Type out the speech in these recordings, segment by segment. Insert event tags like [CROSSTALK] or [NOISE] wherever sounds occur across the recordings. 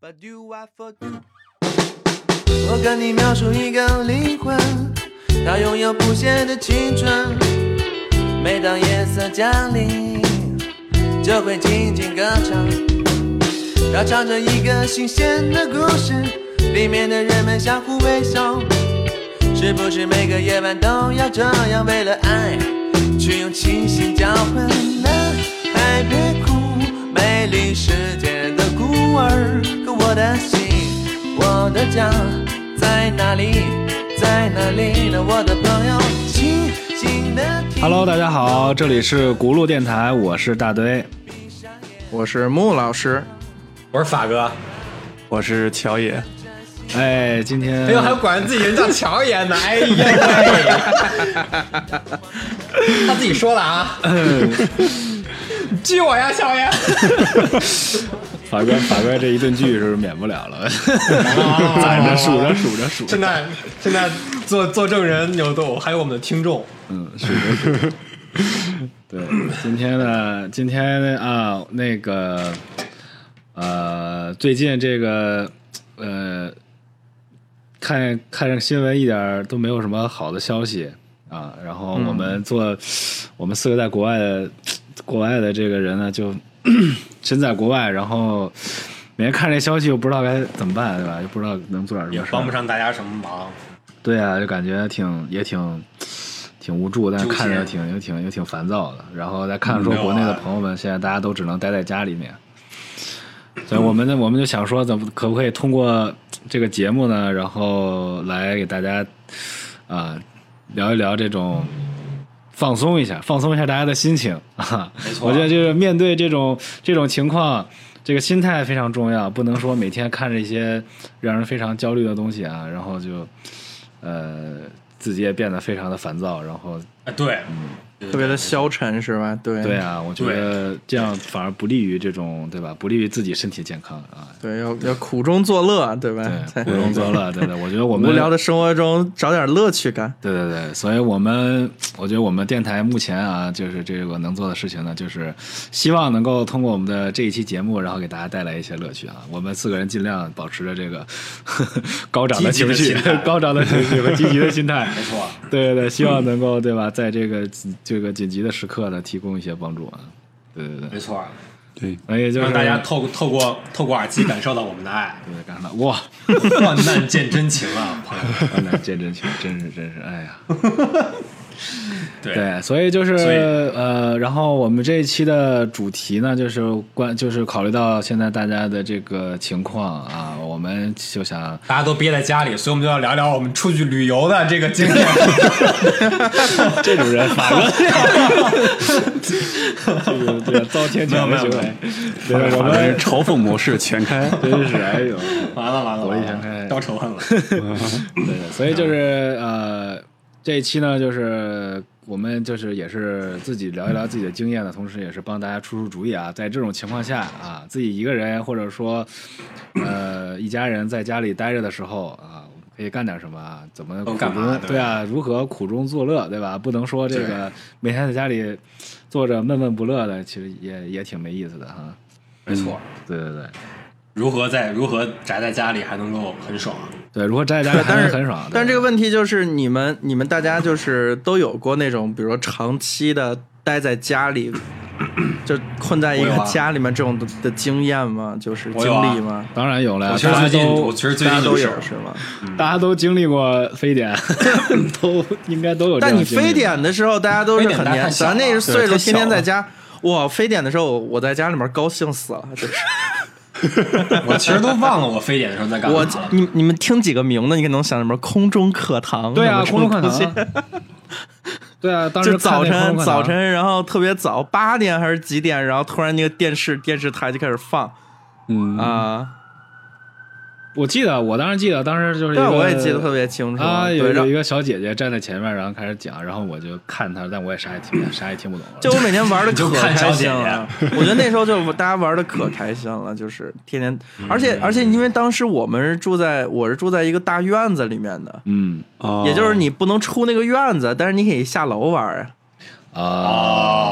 But do I for do？我跟你描述一个灵魂，它拥有不懈的青春。每当夜色降临，就会静静歌唱。它唱着一个新鲜的故事，里面的人们相互微笑。是不是每个夜晚都要这样？为了爱，去用清醒交换。男孩别哭，美丽世界的孤儿。可我的心，我的家在哪里？在哪里呢？我的朋友，静静的听。 Hello，大家好，这里是轱辘电台，我是大堆。我是穆老师，我是法哥，我是乔野，哎，今天哎呦，还管自己人叫乔爷 [LAUGHS] 呢，哎呦喂，他自己说了 [LAUGHS] 啊，拘我呀，乔爷，法官法官这一顿剧是免不了 [LAUGHS] 了，攒着数着数着数着，现在现在做做证人牛豆，还有我们的听众，嗯，数着数着。对，今天呢，今天啊，那个呃，最近这个呃，看看新闻一点儿都没有什么好的消息啊。然后我嗯们做、我们四个在国外的国外的这个人呢，就 [COUGHS] 身在国外，然后每天看这消息又不知道该怎么办，对吧？又不知道能做点什么事儿，上大家什么忙，对啊，就感觉挺也挺挺无助，但是纠结看着挺又挺又挺烦躁的。然后再看说国内的朋友们，现在大家都只能待在家里面，所以我们呢，我们就想说，怎么可不可以通过这个节目呢，然后来给大家啊、聊一聊这种。放松一下，放松一下大家的心情 [LAUGHS] 啊！我觉得就是面对这种这种情况，这个心态非常重要，不能说每天看着一些让人非常焦虑的东西啊，然后就呃自己也变得非常的烦躁，然后哎，对，特别的消沉是吧？对对啊，我觉得这样反而不利于这种对吧？不利于自己身体健康啊，对，要要苦中作乐，对吧？对，在苦中作 [LAUGHS] 乐，对对，我觉得我无们聊的生活中找点乐趣感。对对对，所以我们我觉得我们电台目前啊，就是这个能做的事情呢，就是希望能够通过我们的这一期节目，然后给大家带来一些乐趣啊。我们四个人尽量保持着这个 [LAUGHS] 高涨的积极情的绪心态、 [LAUGHS] 高涨的情绪和积极的心态。没错，对对对，希望能够对吧，在这个这个紧急的时刻呢，提供一些帮助啊。对对对，没错，对，所以就嗯是让大家透透过透过耳机感受到我们的 [LAUGHS] 爱，对感到哇，患难见真情啊，朋友们，那这真情真是真是，哎呀。 [LAUGHS] 对，对，所以就是所以呃，然后我们这一期的主题呢，就是关，就是考虑到现在大家的这个情况啊，我们就想大家都憋在家里，所以我们就要聊聊我们出去旅游的这个经 [LAUGHS] 验。这种人反了，这个这个遭 [LAUGHS] 天没有谴没有的行没有为，对我反们正嘲讽模式全开，真是哎呦，完了完了，火完力了全开招仇恨了。 [LAUGHS] 对，所以就是呃，这一期呢，就是我们就是也是自己聊一聊自己的经验的同时，也是帮大家出出主意啊。在这种情况下啊，自己一个人或者说呃一家人在家里待着的时候啊。可以干点什么啊？怎么都苦干嘛中对对啊？如何苦中作乐，对吧？不能说这个每天在家里坐着闷闷不乐的，其实也也挺没意思的哈。没错，对对对如何在如何宅在家里还能够很爽？啊对，如何宅在家对里，还但能是很爽。但是对这个问题就是你们你们大家就是都有过那种，比如说长期的待在 [COUGHS] 家里，就困在一我个有啊家里面这种的的经验吗？就是经我有啊历吗？当然有了呀，我其实大家最近，都我其实最大家近都就是有是吗？大家都经历过非 [LAUGHS] 典，都应该都有这但样的你经历。非典的时候，大家都是非典很大家年，太小了咱那岁数对太天小天了在家。哇，非典的时候，我在家里面高兴死了，就是 [LAUGHS] 我其实都忘了我非典的时候在干嘛我了。你你们听几个名字，你可能想什么空中课堂？对啊，什空么中课这种东西堂啊，对啊，当时就早看那空中晨课堂早，晨，然后特别早，八点还是几点？然后突然那个电视电视台就开始放嗯，啊，我记得，我当时记得，当时就是一对，啊个我也记得特别清楚啊，有对，然有后一个小姐姐站在前面，然后开始讲，然后我就看她，但我也啥也听啥也听不懂。就我每天玩的可 [LAUGHS] 就看开小心姐姐了，我觉得那时候就大家玩的可开心了，就是天天，嗯而且而且因为当时我们是住在我是住在一个大院子里面的，嗯哦也就是你不能出那个院子，但是你可以下楼玩啊。啊，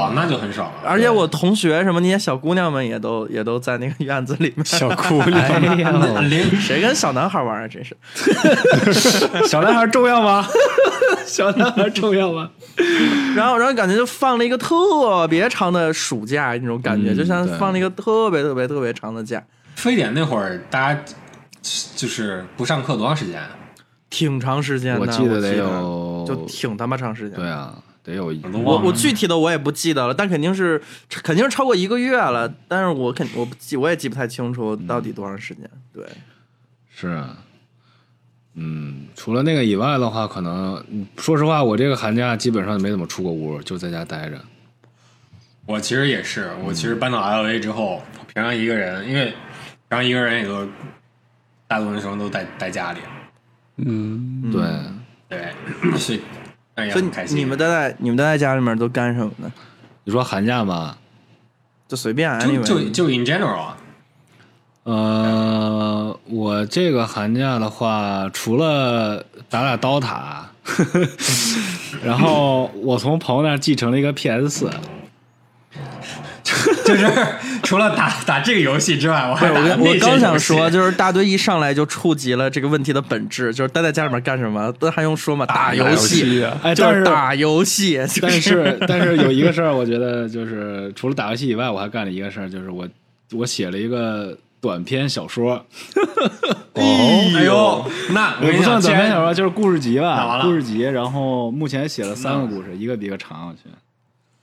哦，那就很少了。而且我同学什么那些小姑娘们也都也都在那个院子里 [LAUGHS] 面，小姑哎娘， [LAUGHS] 嗯谁跟小男孩玩啊？真是，小男孩重要吗？小男孩重要吗？然后然后感觉就放了一个特别长的暑假那种感觉，嗯就像对放了一个特别特别特别长的假，非典那会儿，大家就是不上课多长时间？啊挺长时间的，我我记得得得有就挺他妈长时间。对啊，得有一我都我忘了。我具体的我也不记得了，但肯定是肯定是超过一个月了，但是我肯我不记我也记不太清楚到底多长时间。对，是，啊嗯，除了那个以外的话，可能嗯说实话，我这个寒假基本上没怎么出过屋，就在家待着。我其实也是，我其嗯实搬到 L A 之后，平常一个人，因为平常一个人也都大部分时候都待待家里，嗯，对，对， [COUGHS] 所以嗯但也所以很开心。你们待在你们待在家里面都干什么呢？你说寒假嘛，就随便就 anyway，就就 in general 啊，呃，我这个寒假的话，除了打打刀塔， [LAUGHS] 然后我从朋友那儿继承了一个 PS 四，就是除了打打这个游戏之外，我不还是打我跟那些我刚想游说，戏就是大堆一上来就触及了这个问题的本质，就是待在家里面干什么？那还用说吗？打游戏，啊，哎，就但是是打游戏，就但是但是有一个事儿，我觉得就是除了打游戏以外，我还干了一个事儿，就是我我写了一个短篇小说。哎呦，那我也跟不你算讲，既短篇小然说，就是故事集那完吧，了故事集。然后目前写了三个故事，一个比一个长。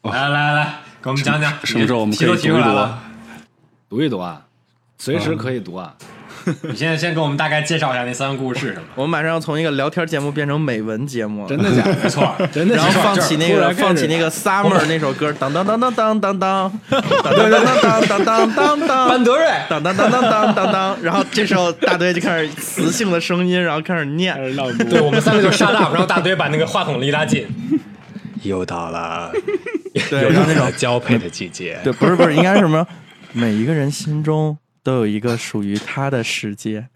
我去来来来，给我们讲讲，什么时候我们题可都以提读出一来读了啊？？读一读啊，随时可以读啊。你现在先给我们大概介绍一下那三个故事是什么？我们马上要从一个聊天节目变成美文节目，真的假的？没错， [LAUGHS] 真的然假后的？放起那突个然开始放起那个 [LAUGHS] Summer 那首歌，当当当当当当当，当当当当当当当班当。德瑞，当当当当当当当，然后这时候大堆就开始磁性的声音，然后开始念，让我对我们三个就 shut up，然后大堆把那个话筒离拉近，又到了对，然后那种交配的季节，对，不是不是，应该是什么？每一个人心中都有一个属于他的世 [LAUGHS] 界，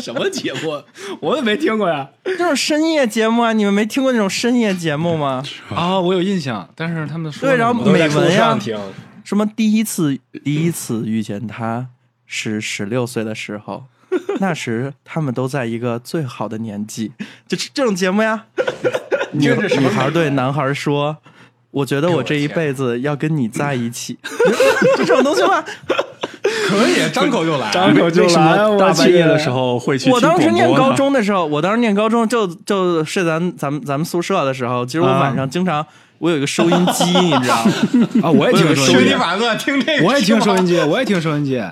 什么节目？ [LAUGHS] 我也没听过呀。这种深夜节目啊，你们没听过那种深夜节目 [LAUGHS] 吗？啊，我有印象，但是他们说对然后我都在美车文呀上听。什么第一次第一次遇见他是十六岁的时 [LAUGHS] 候，那时他们都在一个最好的年纪，就是这种节目呀。女这是什 [LAUGHS] 女么孩美对男孩说：“我觉得哎呦我我这一天辈子要跟你在一 [LAUGHS] 起。”就这种东西吗？可以，张口就 [LAUGHS] 来。张口就为什来，么大半夜的时候。候会去听我当时广播念呢 [LAUGHS] 高，中的时候，我当时念高中就就睡咱咱们咱们宿舍的时候，其实我晚上经常我有一个收音 [LAUGHS] 机，你知道吗？啊，我也听收兄音弟 [LAUGHS] 机，晚上听这个，我也听收音机。机，我也听收音机。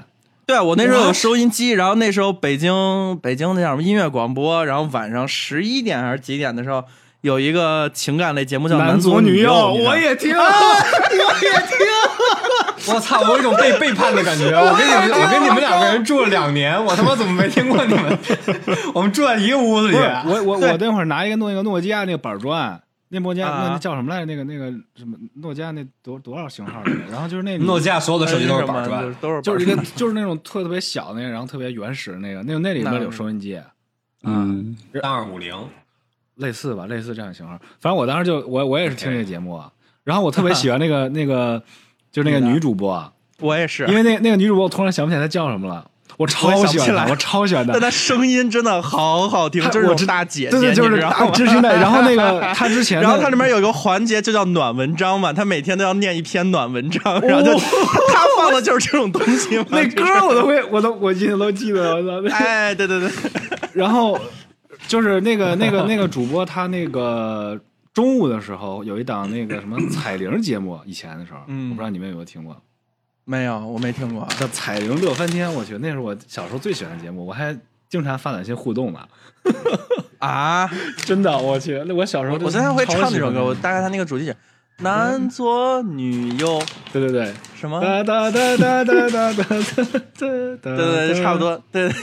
对，我那啊时候有收音机，然后那时候北京北京那叫什么音乐广播，然后晚上十一点还是几点的时候，有一个情感类节目叫《男左左女女右》右，你知道吗我也听。我操，我有一种 [LAUGHS] 被背叛的感觉。我跟你 [LAUGHS] 们，我跟你们两个人住了两年，我他妈怎么没听过你 [LAUGHS] 们？我们住在一个屋子不里是，， [LAUGHS] 我我我那会儿拿一个弄一个诺基亚那个板砖，那诺基亚啊那叫什么来着？那个那个什么诺基亚那多多少型号来着？然后就是 [LAUGHS] 那里诺基亚所有的手机都是板哎砖是什么，都是就是一板个就是那种特特别小那个，然后特别原始的那个，那个那里边有收音机，嗯，三二五零。类似吧，类似这样的型号。反正我当时就我我也是听这个节目 [LAUGHS] 啊，然后我特别喜欢那个那个就是那个女主播，啊我也是，因为那那个女主播我突然想不起来她叫什么了，我 [LAUGHS] 我也超想不喜起欢来她，我超喜欢她但。她声音真的好好听，她就是那我种知大姐姐，对对，就你是知道啊吗 [LAUGHS] 知心的。然后那 [LAUGHS] 个她之前的，然后它里面有个环节就叫暖文章嘛，他每天都要念一篇暖文章，然后 [LAUGHS] 就他放的就是这种东西嘛。哦 [LAUGHS] 那歌我都会，我都我印象都记得，我操！那哎，对对对， [LAUGHS] 然后就是那个那个那个主播，他那个中午的时候有一档那个什 [COUGHS] 么彩铃节目，以前的时候，嗯我不知道你们有没有听过，没有，我没听过。叫彩铃乐翻天。我去，那是我小时候最喜欢的节目，我还经常发短信互动呢。啊，真的，我去，那我小时候我昨天会唱那这首歌，我大概他那个主题曲，男左女右对对对，什么？哒哒哒哒哒哒哒哒啊 [LAUGHS] 对对对对，差不，呃多。对，对对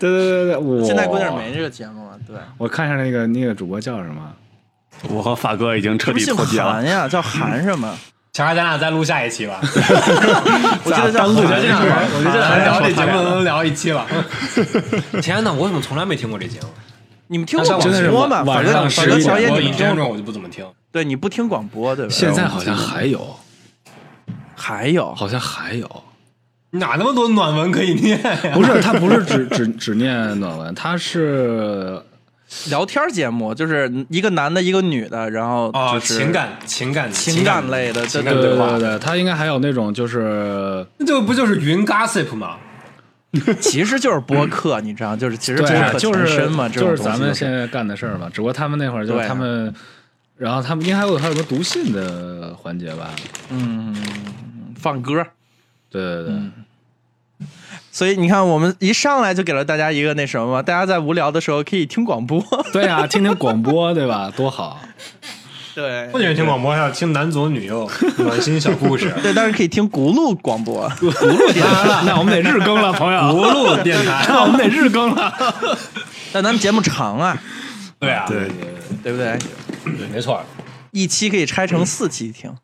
对对对，我现在估计是没。这个节目了。对，我看一下那个那个主播叫什么，我和法哥已经彻什么底姓破解了韩。呀？叫韩什 [LAUGHS] 么？强儿，咱俩再录下一期吧。我记得叫我觉得这两韩。个 [LAUGHS] 人， [LAUGHS] 我觉得这两个人聊这节目能聊一期了。天哪，我怎么从来没听过这节目？你们听但过是广真的是播晚吗？反晚正上反11正点小野我你以们这样这种我就不怎么听。对你不听广播对吧？现在好像还有，还有好像还有，哪那么多暖文可以念 [LAUGHS] 呀？ [LAUGHS] 不是他不是只只只念暖文，他是聊天节目，就是一个男的，一个女的，然后啊，就是情感情感情感类的，情对感对对对对话对对，他应该还有那种就是那这不就是云 gossip 吗？对，其实就是播客，你知道，就是其实播对啊，客就本是身嘛，这种就是东咱西们都现在干的事儿嘛。只不过他们那会儿就对是啊他们，然后他们应该还有还有什么读信的环节吧？嗯放歌，对对对，所以你看，我们一上来就给了大家一个那什么嘛，大家在无聊的时候可以听广播，对啊，听听广播对吧？多好！对不仅是听广播，还有听男左女右暖心小故事。 [LAUGHS] 对，但是可以听轱辘广播， [LAUGHS] 当然了，那我们得日更了，朋 [LAUGHS] 友，葫芦电 [LAUGHS] 台，那我们得日更了。但咱们节目长啊，对啊，对，对不对？对，没错，一期可以拆成四期听，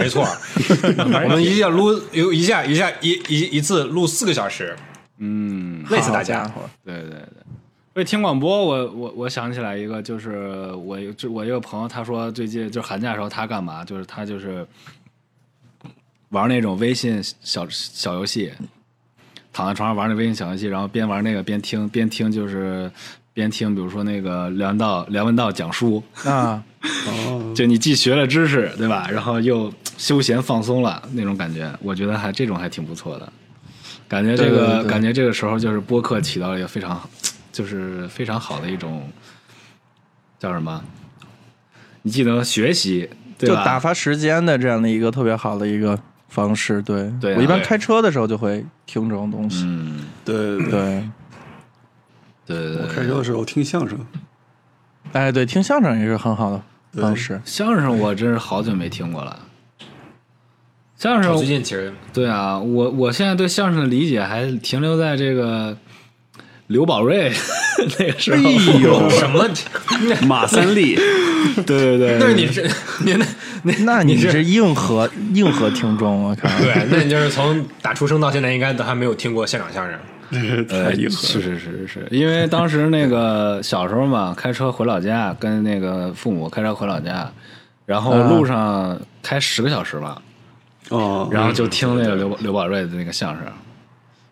没错。 [LAUGHS] 我们一下录，有一下一下一一一次录四个小时，嗯，累死大好家家。伙，对对对。所以听广播，我我我想起来一个，就是我有这我一个朋友，他说最近就是寒假的时候他干嘛？就是他就是玩那种微信小小游戏，躺在床上玩那微信小游戏，然后边玩那个边听边听，就是边听，比如说那个梁文道梁文道讲书，啊，就你既学了知识，对吧？然后又休闲放松了那种感觉，我觉得还这种还挺不错的。感觉这个对对对感觉这个时候就是播客起到了一个非常，就是非常好的一种叫什么？你既能学习，对就吧？打发时间的这样的一个特别好的一个方式。对，对啊我一般对开车的时候就会听这种东西。嗯，对对对，对，对对我对。开车的时候听相声，哎，对，听相声也是很好的对方式。相声我真是好久没听过了。相我声最近其实对啊，我我现在对相声的理解还停留在这个刘宝瑞 [LAUGHS] 那个时哎候。什么？马三立，对对对，那是你这你那那你这硬核硬核听众，我靠！对， [LAUGHS] 那你就是从打出生到现在，应该都还没有听过现场相声。太硬呃是核了。是是是是，因为当时那个小时候嘛，开车回老家，跟那个父母开车回老家，然后路上开十个小时吧，哦，然后就听那个刘宝刘宝瑞的那个相声，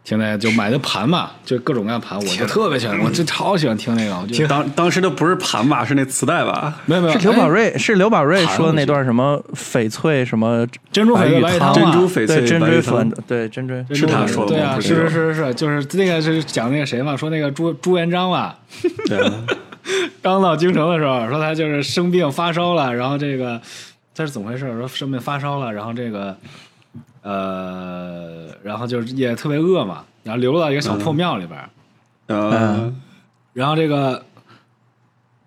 听那就买的盘嘛，就各种各样的盘，我就特别喜欢，我就超喜欢听那个，我就当当时的不是盘吧，是那磁带吧？没有没有是刘宝。哎瑞，是刘宝瑞盘说的我那记段什么翡翠什么珍珠翡翠玉白玉汤汤啊珍珠翡翠对珍白珠玉汤粉，对珍珠珍珠是他翡说的对吗啊，不是是这是是是，就是那个是讲那个谁嘛，说那个朱朱元璋嘛，对啊， [LAUGHS] 刚到京城的时候，说他就是生病发烧了，然后这个他是怎么回事？说生病发烧了，然后这个呃，然后就是也特别饿嘛，然后流落到一个嗯小破庙里边儿，呃，然后这个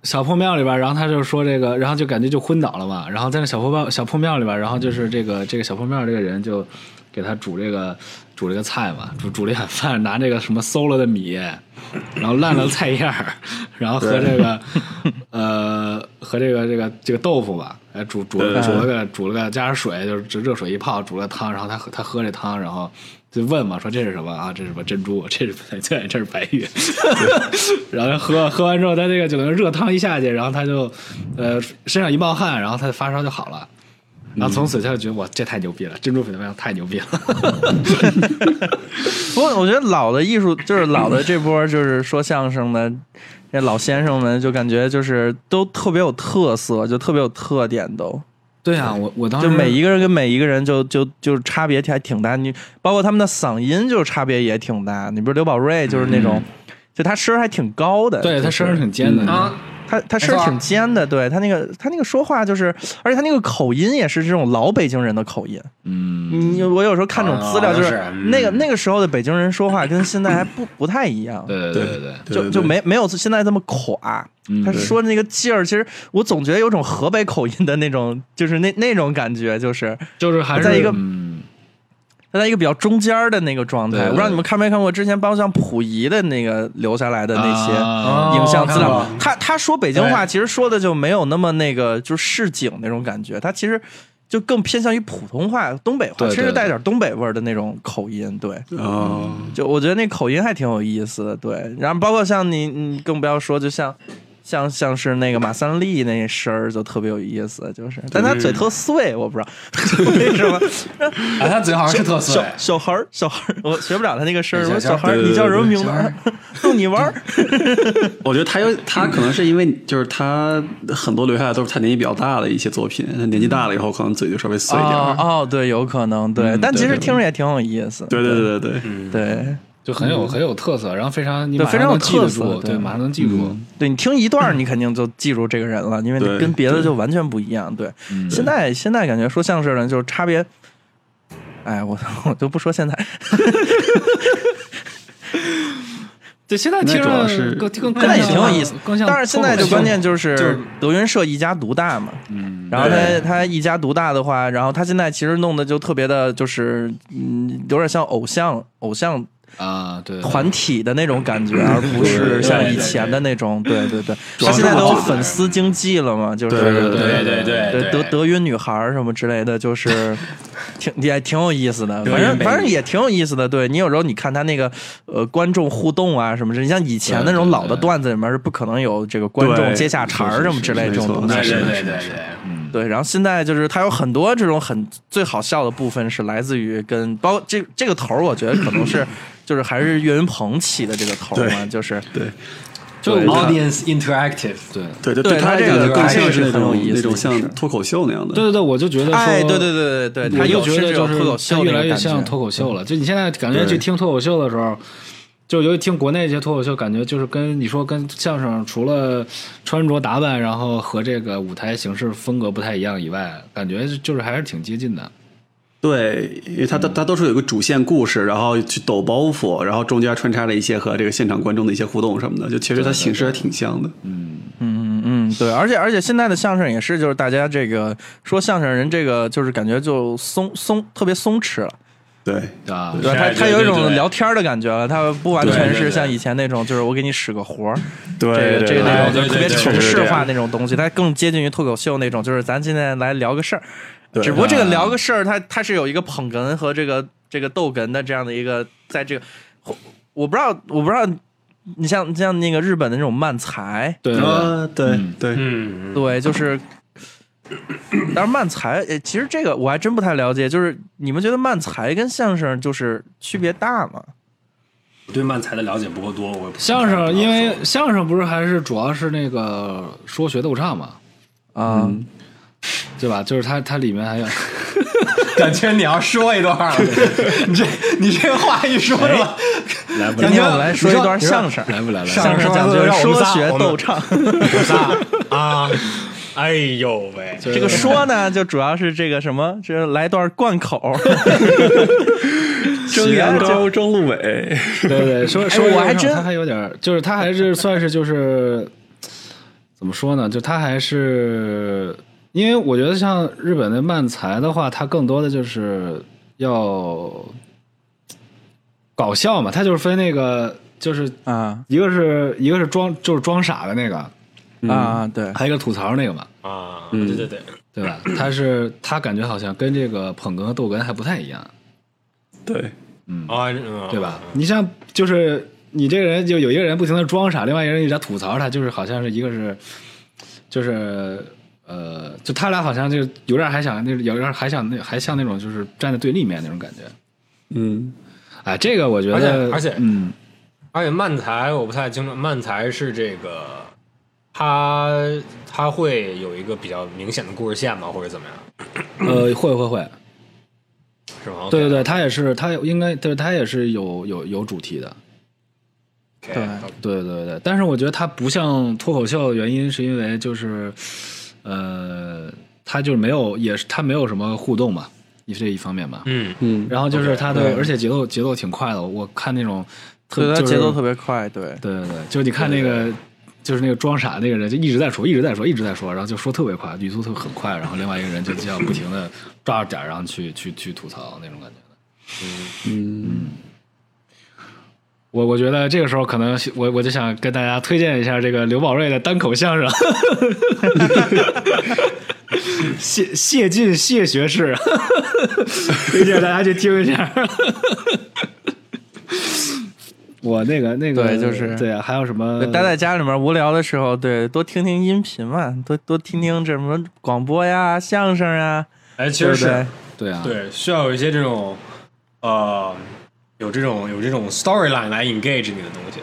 小破庙里边儿，然后他就说这个，然后就感觉就昏倒了嘛，然后在那小破庙小破庙里边儿，然后就是这个这个小破庙这个人就给他煮这个煮这个菜嘛，煮煮了一碗饭，拿这个什么馊了的米，然后烂了的菜叶儿，然后和这个 [LAUGHS] 呃和这个这个这个豆腐吧，哎煮煮了个煮了个煮了个加点水，就是这热水一泡，煮了汤，然后他喝他喝这汤，然后。就问嘛，说这是什么啊？这是什么珍珠？ [LAUGHS] 这是翡翠，这是白玉。 [LAUGHS] 然后他喝喝完之后，他这个就能热汤一下去，然后他就呃身上一冒汗，然后他的发烧就好了。然后从此他就觉得哇，这太牛逼了，珍珠翡翠白玉汤太牛逼了。 [LAUGHS] 不过我觉得老的艺术就是老的这波就是说相声的这老先生们，就感觉就是都特别有特色，就特别有特点都。对啊，我我当时就每一个人跟每一个人就就就差别还挺大，你包括他们的嗓音就是差别也挺大。你比如刘宝瑞就是那种，就他声儿还挺高的，对就他是声儿挺尖的，嗯啊，他他声儿挺尖的，对他那个他那个说话就是，而且他那个口音也是这种老北京人的口音。嗯，你我有时候看这种资料，啊就是是嗯那个那个时候的北京人说话跟现在还不不太一样。对对对对，就就没没有现在这么垮，他说那个劲儿，其实我总觉得有种河北口音的那种，就是那那种感觉，就是就是还是在一个嗯他在一个比较中间儿的那个状态。对对我不知道你们看没看过之前包括像溥仪的那个留下来的那些啊影像资料，哦他他说北京话其实说的就没有那么那个就是市井那种感觉，他其实就更偏向于普通话、东北话，对对甚至对带点东北味儿的那种口音，对。哦，就我觉得那口音还挺有意思的，对。然后包括像你，你更不要说，就像像像是那个马三立那声儿就特别有意思，就是，但他嘴特碎，我不知道 [LAUGHS] 为什么。啊，他嘴好像是特哎碎小，小孩儿，小孩儿，我学不了他那个声儿。小我说小小孩孩儿儿，你叫什么名字小孩儿？ [LAUGHS] 逗你玩儿。我觉得他有他可能是因为就是他很多留下来都是他年纪比较大的一些作品，他年纪大了以后可能嘴就稍微碎一点哦儿。哦，对，有可能嗯对，但其对实对听着也挺有意思。对对对对对，对，就很有很有特色，然后非常你对马上非常有能记得特色住，对嗯对，马上能记住。对你听一段儿，你肯定就记住这个人了，因为对嗯跟别的就完全不一样。对，现在现在感觉说相声的人就是差别，哎，我 [LAUGHS] 我就不说现在，对，现在那听主要着是更更现在也挺有像意思更。像但是现在就脱口秀关键就是就是德云社一家独大嘛，嗯，然后他对他一家独大的话，然后他现在其实弄的就特别的，就是嗯，有点像偶像偶像啊，对，团体的那种感觉，而不是像以前的那种。对对对，他现在都有粉丝经济了嘛，就是对对对对对对对德德云女孩儿什么之类的，就是挺也挺有意思的，德云反正 baby 反正也挺有意思的。对你有时候你看他那个呃观众互动啊什么之类，你像以前那种对对老的对段子里面是不可能有这个观众对接下茬儿什么之类是这种是没错东西对。是对的对是的对是的对。对，然后现在就是它有很多这种很最好笑的部分是来自于跟包括这这个头儿，我觉得可能是就是还是岳云鹏起的这个头儿嘛，就是对就 audience interactive，对对对，对他他来这个讲更像这个是是那很有种意思那种的像脱口秀那样的。对对对， [LAUGHS] 我就觉得说哎，对对对对对，他我有就觉甚得至有就脱口是它秀越那来个越感觉嗯像脱口秀了。就你现在感觉对去听脱口秀的时候，就尤其听国内一些脱口秀，感觉就是跟你说跟相声除了穿着打扮，然后和这个舞台形式风格不太一样以外，感觉就是还是挺接近的。对，因为他嗯他他都是有一个主线故事，然后去抖包袱，然后中间穿插了一些和这个现场观众的一些互动什么的，就其实它形式还挺像的。嗯嗯，对，而且而且现在的相声也是，就是大家这个说相声人这个就是感觉就松松特别松弛了，对，对吧？对吧？是啊他他对有一对种对聊天儿的感觉了，他不完对全对是对像以前那种就是我给你使个活儿，对这个对这个对那对种就是特别对对城对市是这化样那种东西，它更接近于脱口秀那种，就是咱今天来聊个事儿。对只不过这个聊个事儿，它它是有一个捧哏和这个这个逗哏的这样的一个，在这个我我不知道我不知道，你像你像那个日本的那种漫才，对对对啊，对对，嗯，对，就是。但是漫才，呃，其实这个我还真不太了解。就是你们觉得漫才跟相声就是区别大吗？我对漫才的了解不够多，我不相声，因不为相声不是还是主要是那个说学逗唱嘛，啊、嗯对吧？就是它它里面还有。 [LAUGHS] 感觉你要说一段儿 [LAUGHS] 了，你这你这话一说了，来不今来？天我们来说一段你说相声，来不来？来不来上相声讲究让我们说仨学我们逗唱。 [LAUGHS] 啥哎啊？哎呦喂，这个说呢，就主要是这个什么，这来段贯口。蒸羊羔，蒸鹿尾，对对，说说我一个还上真哎他还有点儿，就是他还是算是就是怎么说呢？就他还是因为我觉得像日本的漫才的话，它更多的就是要搞笑嘛，它就是分那个就是 [LAUGHS] 啊一个是一个是装就是装傻的那个，啊，对，还有一个吐槽那个嘛，啊，对对对，对吧？他是他感觉好像跟这个捧哏和逗哏还不太一样。 [LAUGHS] 对啊，嗯对吧？？你像就是你这个人就有一个人不停的装傻，另外一个人一直在吐槽他，就是好像是一个是就是呃，就他俩好像就有点还想那有点还想那还像那种就是站在对立面那种感觉。嗯，哎，这个我觉而得，且而且嗯，而且漫才我不太清楚，漫才是这个，他他会有一个比较明显的故事线吗，或者怎么样？呃，会会会，嗯是吗？对对对，他也是，他应该对他也是有有有主题的，对对对对，但是我觉得它不像脱口秀，的原因是因为就是，呃，它就是没有，也是它没有什么互动嘛，也是这一方面吧。嗯，嗯，然后就是它的 OK，对而且节奏节奏挺快的，我看那种特对，他就是节奏特别快，对，对对对，就是你看那个就是那个装傻那个人就一直在说，一直在说，一直在说，然后就说特别快，语速特别很快，然后另外一个人就这样不停的抓着点儿，然后去去去吐槽那种感觉。嗯，我我觉得这个时候可能我我就想跟大家推荐一下这个刘宝瑞的单口相声，谢谢晋谢学士，推荐大家去听一下。我那个那个对就是对啊，还有什么对待在家里面无聊的时候，对，多听听音频嘛，多多听听这什么广播呀、相声呀，哎，其对实不对是？对啊，对，需要有一些这种呃，有这种有这种 storyline 来 engage 你的东西。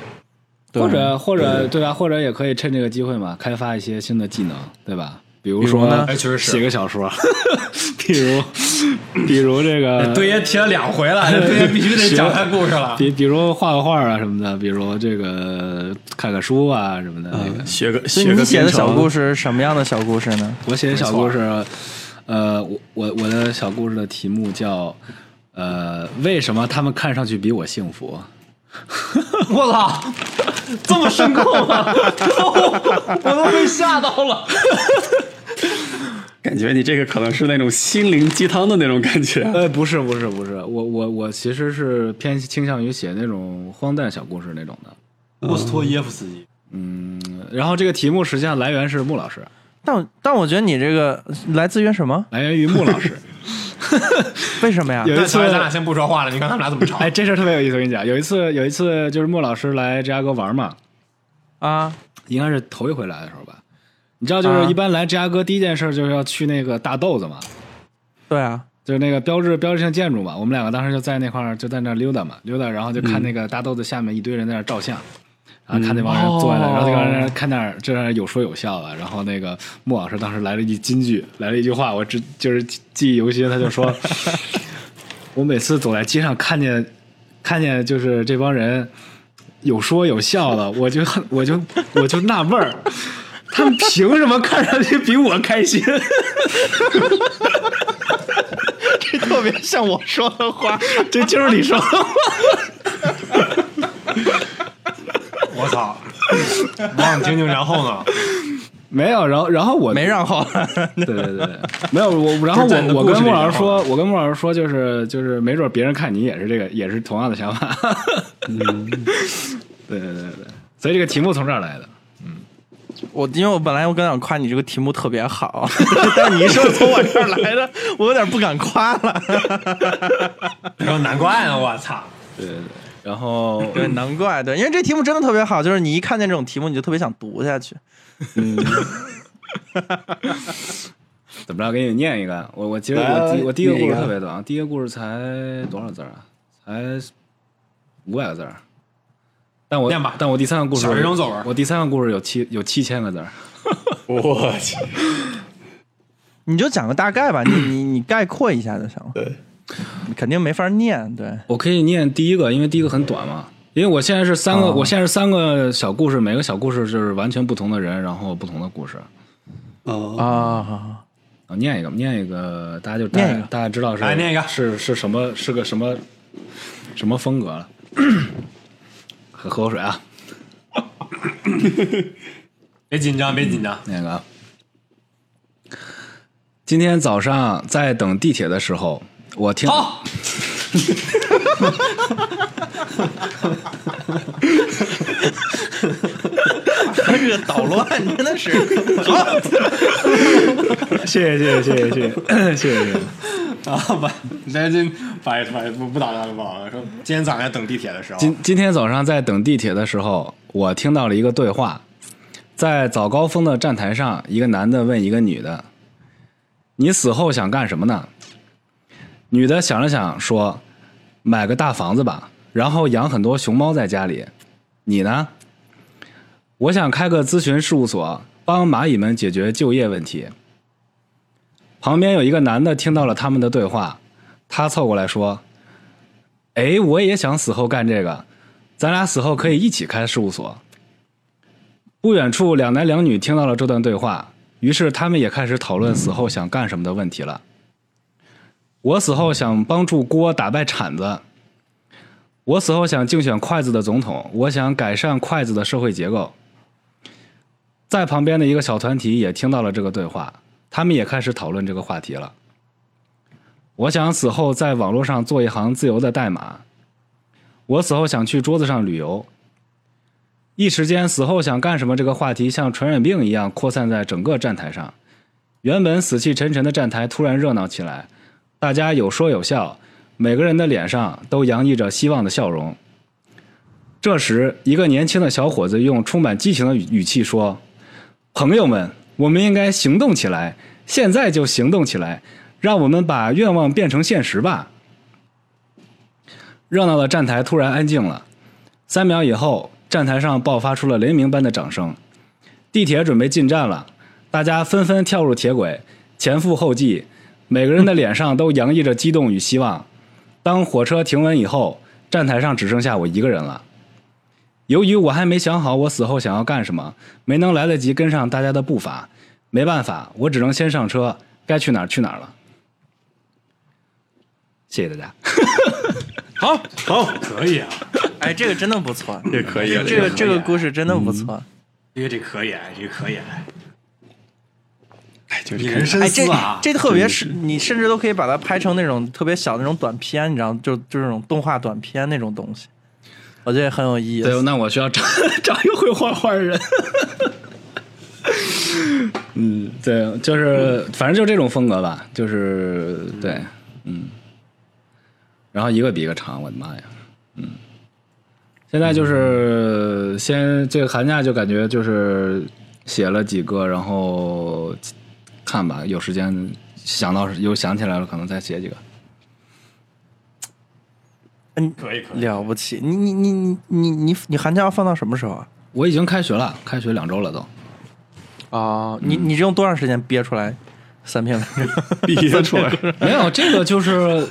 或者或者对吧？啊或者也可以趁这个机会嘛，开发一些新的技能，对吧？比如比如说呢哎确实是写个小说， [LAUGHS] 比如比如这哎个对爷提了两回了，这对爷必须得讲他故事了。比比如画个画啊什么的，比如这个看看书啊什么的。嗯那个学个所以学你个写的小故事，事是什么样的小故事呢？我写的小故事，呃，我我我的小故事的题目叫呃，为什么他们看上去比我幸福？ [LAUGHS] 我操，这么深刻 [LAUGHS] 吗？我都被吓到了。感觉你这个可能是那种心灵鸡汤的那种感觉。呃，不是不是不是，我我我其实是偏倾向于写那种荒诞小故事那种的。 [LAUGHS] 呃莫斯托耶夫斯基，然后这个题目实际上来源是穆老师，但我但我觉得你这个来自于什么？来源于穆老 [LAUGHS] 师。为什么呀？有一那次乔，咱俩先不说话了，你看他们俩怎么 [LAUGHS] 吵。哎，这事儿特别有意思，我跟你讲，有一次有一次就是穆老师来芝加哥玩嘛，啊，应该是头一回来的时候吧。你知道，就是啊一般来芝加哥第一件事就是要去那个大豆子嘛，对啊，就是那个标志标志性建筑嘛。我们两个当时就在那块儿就在那儿溜达嘛，溜达，然后就看那个大豆子下面一堆人在那儿照相，然后看那帮人坐在那儿，哦然后那帮人看那儿这儿有说有笑的。然后那个穆老师当时来了一句金句，来了一句话，我只就是记记忆犹新，他就 [LAUGHS] 说：“我每次走在街上看见看见就是这帮人有说有笑的，我就很我就我就纳闷儿。”他们凭什么看上去比我开心？ [LAUGHS] 特别像我说的话， [LAUGHS] 这就是你说的我操！我想听听，然后呢？没有，然后然后我没让后。 [LAUGHS] 对对对， [LAUGHS] 对没有我，然后不是在你的我我故事跟里穆老师然后说，我跟穆老师说，就是就是，没准别人看你也是这个，也是同样的想法。嗯 [LAUGHS] 对对对对，所以这个题目从这儿来的。我因为我本来我刚想夸你这个题目特别好， [LAUGHS] 但是你一说从我这儿来的，我有点不敢夸了。 [LAUGHS] 然后难怪呢，我操！对对对，然后对，难怪对，因为这题目真的特别好，就是你一看见这种题目，你就特别想读下去。怎么着，给你念一个。我我其实来我第我第一个故念事一个特别短，第一个故事才多少字儿啊？才五百个字儿。但我念吧但我第三个故事，小学生作文我第三个故事有七有七千个字儿。我去，你就讲个大概吧，你你你概括一下就行了。对，肯定没法念。对，我可以念第一个，因为第一个很短嘛。因为我现在是三啊个，哦我现在是三个小故事，每个小故事就是完全不同的人，然后不同的故事。哦，啊，啊，念一个，念一个，大家就大概念一个大家知道是来念一个是是什么是个什么什么风格了。喝喝口水啊，别紧张，别紧张。那个，啊今天早上在等地铁的时候，我听好，这个捣乱真的是好。谢谢谢谢谢谢谢谢谢谢。 [LAUGHS] 啊不，那这把把不不打断了，不打断了。说今天早上在等地铁的时候，今今天早上在等地铁的时候，我听到了一个对话，在早高峰的站台上，一个男的问一个女的：“你死后想干什么呢？”女的想了想说：“买个大房子吧，然后养很多熊猫在家里。”你呢？我想开个咨询事务所，帮蚂蚁们解决就业问题。旁边有一个男的听到了他们的对话，他凑过来说：“哎，我也想死后干这个，咱俩死后可以一起开事务所。不远处，两男两女听到了这段对话，于是他们也开始讨论死后想干什么的问题了。我死后想帮助锅打败铲子，我死后想竞选筷子的总统，我想改善筷子的社会结构。在旁边的一个小团体也听到了这个对话，他们也开始讨论这个话题了。我想死后在网络上做一行自由的代码。我死后想去桌子上旅游。一时间，死后想干什么这个话题像传染病一样扩散在整个站台上。原本死气沉沉的站台突然热闹起来，大家有说有笑，每个人的脸上都洋溢着希望的笑容。这时，一个年轻的小伙子用充满激情的语语气说：“朋友们，我们应该行动起来，现在就行动起来，让我们把愿望变成现实吧！”热闹的站台突然安静了，三秒以后，站台上爆发出了雷鸣般的掌声。地铁准备进站了，大家纷纷跳入铁轨，前赴后继，每个人的脸上都洋溢着激动与希望。当火车停稳以后，站台上只剩下我一个人了。由于我还没想好我死后想要干什么，没能来得及跟上大家的步伐，没办法，我只能先上车，该去哪儿去哪儿了。谢谢大家。好，好，可以啊，哎，这个真的不错，这可 [LAUGHS] 以啊，这个这个故事真的不错。这个这可以啊，这个可以啊，哎，就你是人深哎，这思啊，这特别是你甚至都可以把它拍成那种特别小的那种短片，你知道，就就是那种动画短片那种东西，我觉得很有意对，思。那我需要找 [LAUGHS] 找一个会画画的人。嗯，对，就是反正就这种风格吧，就是对，嗯，然后一个比一个长，我的妈呀，嗯，现在就是先这个寒假就感觉就是写了几个，然后看吧，有时间想到有想起来了，可能再写几个。嗯，可以可以，了不起！你你你你你你你寒假要放到什么时候啊？我已经开学了，开学两周了都，哦，你你用多长时间憋出来三篇文章？憋出来，没有这个就是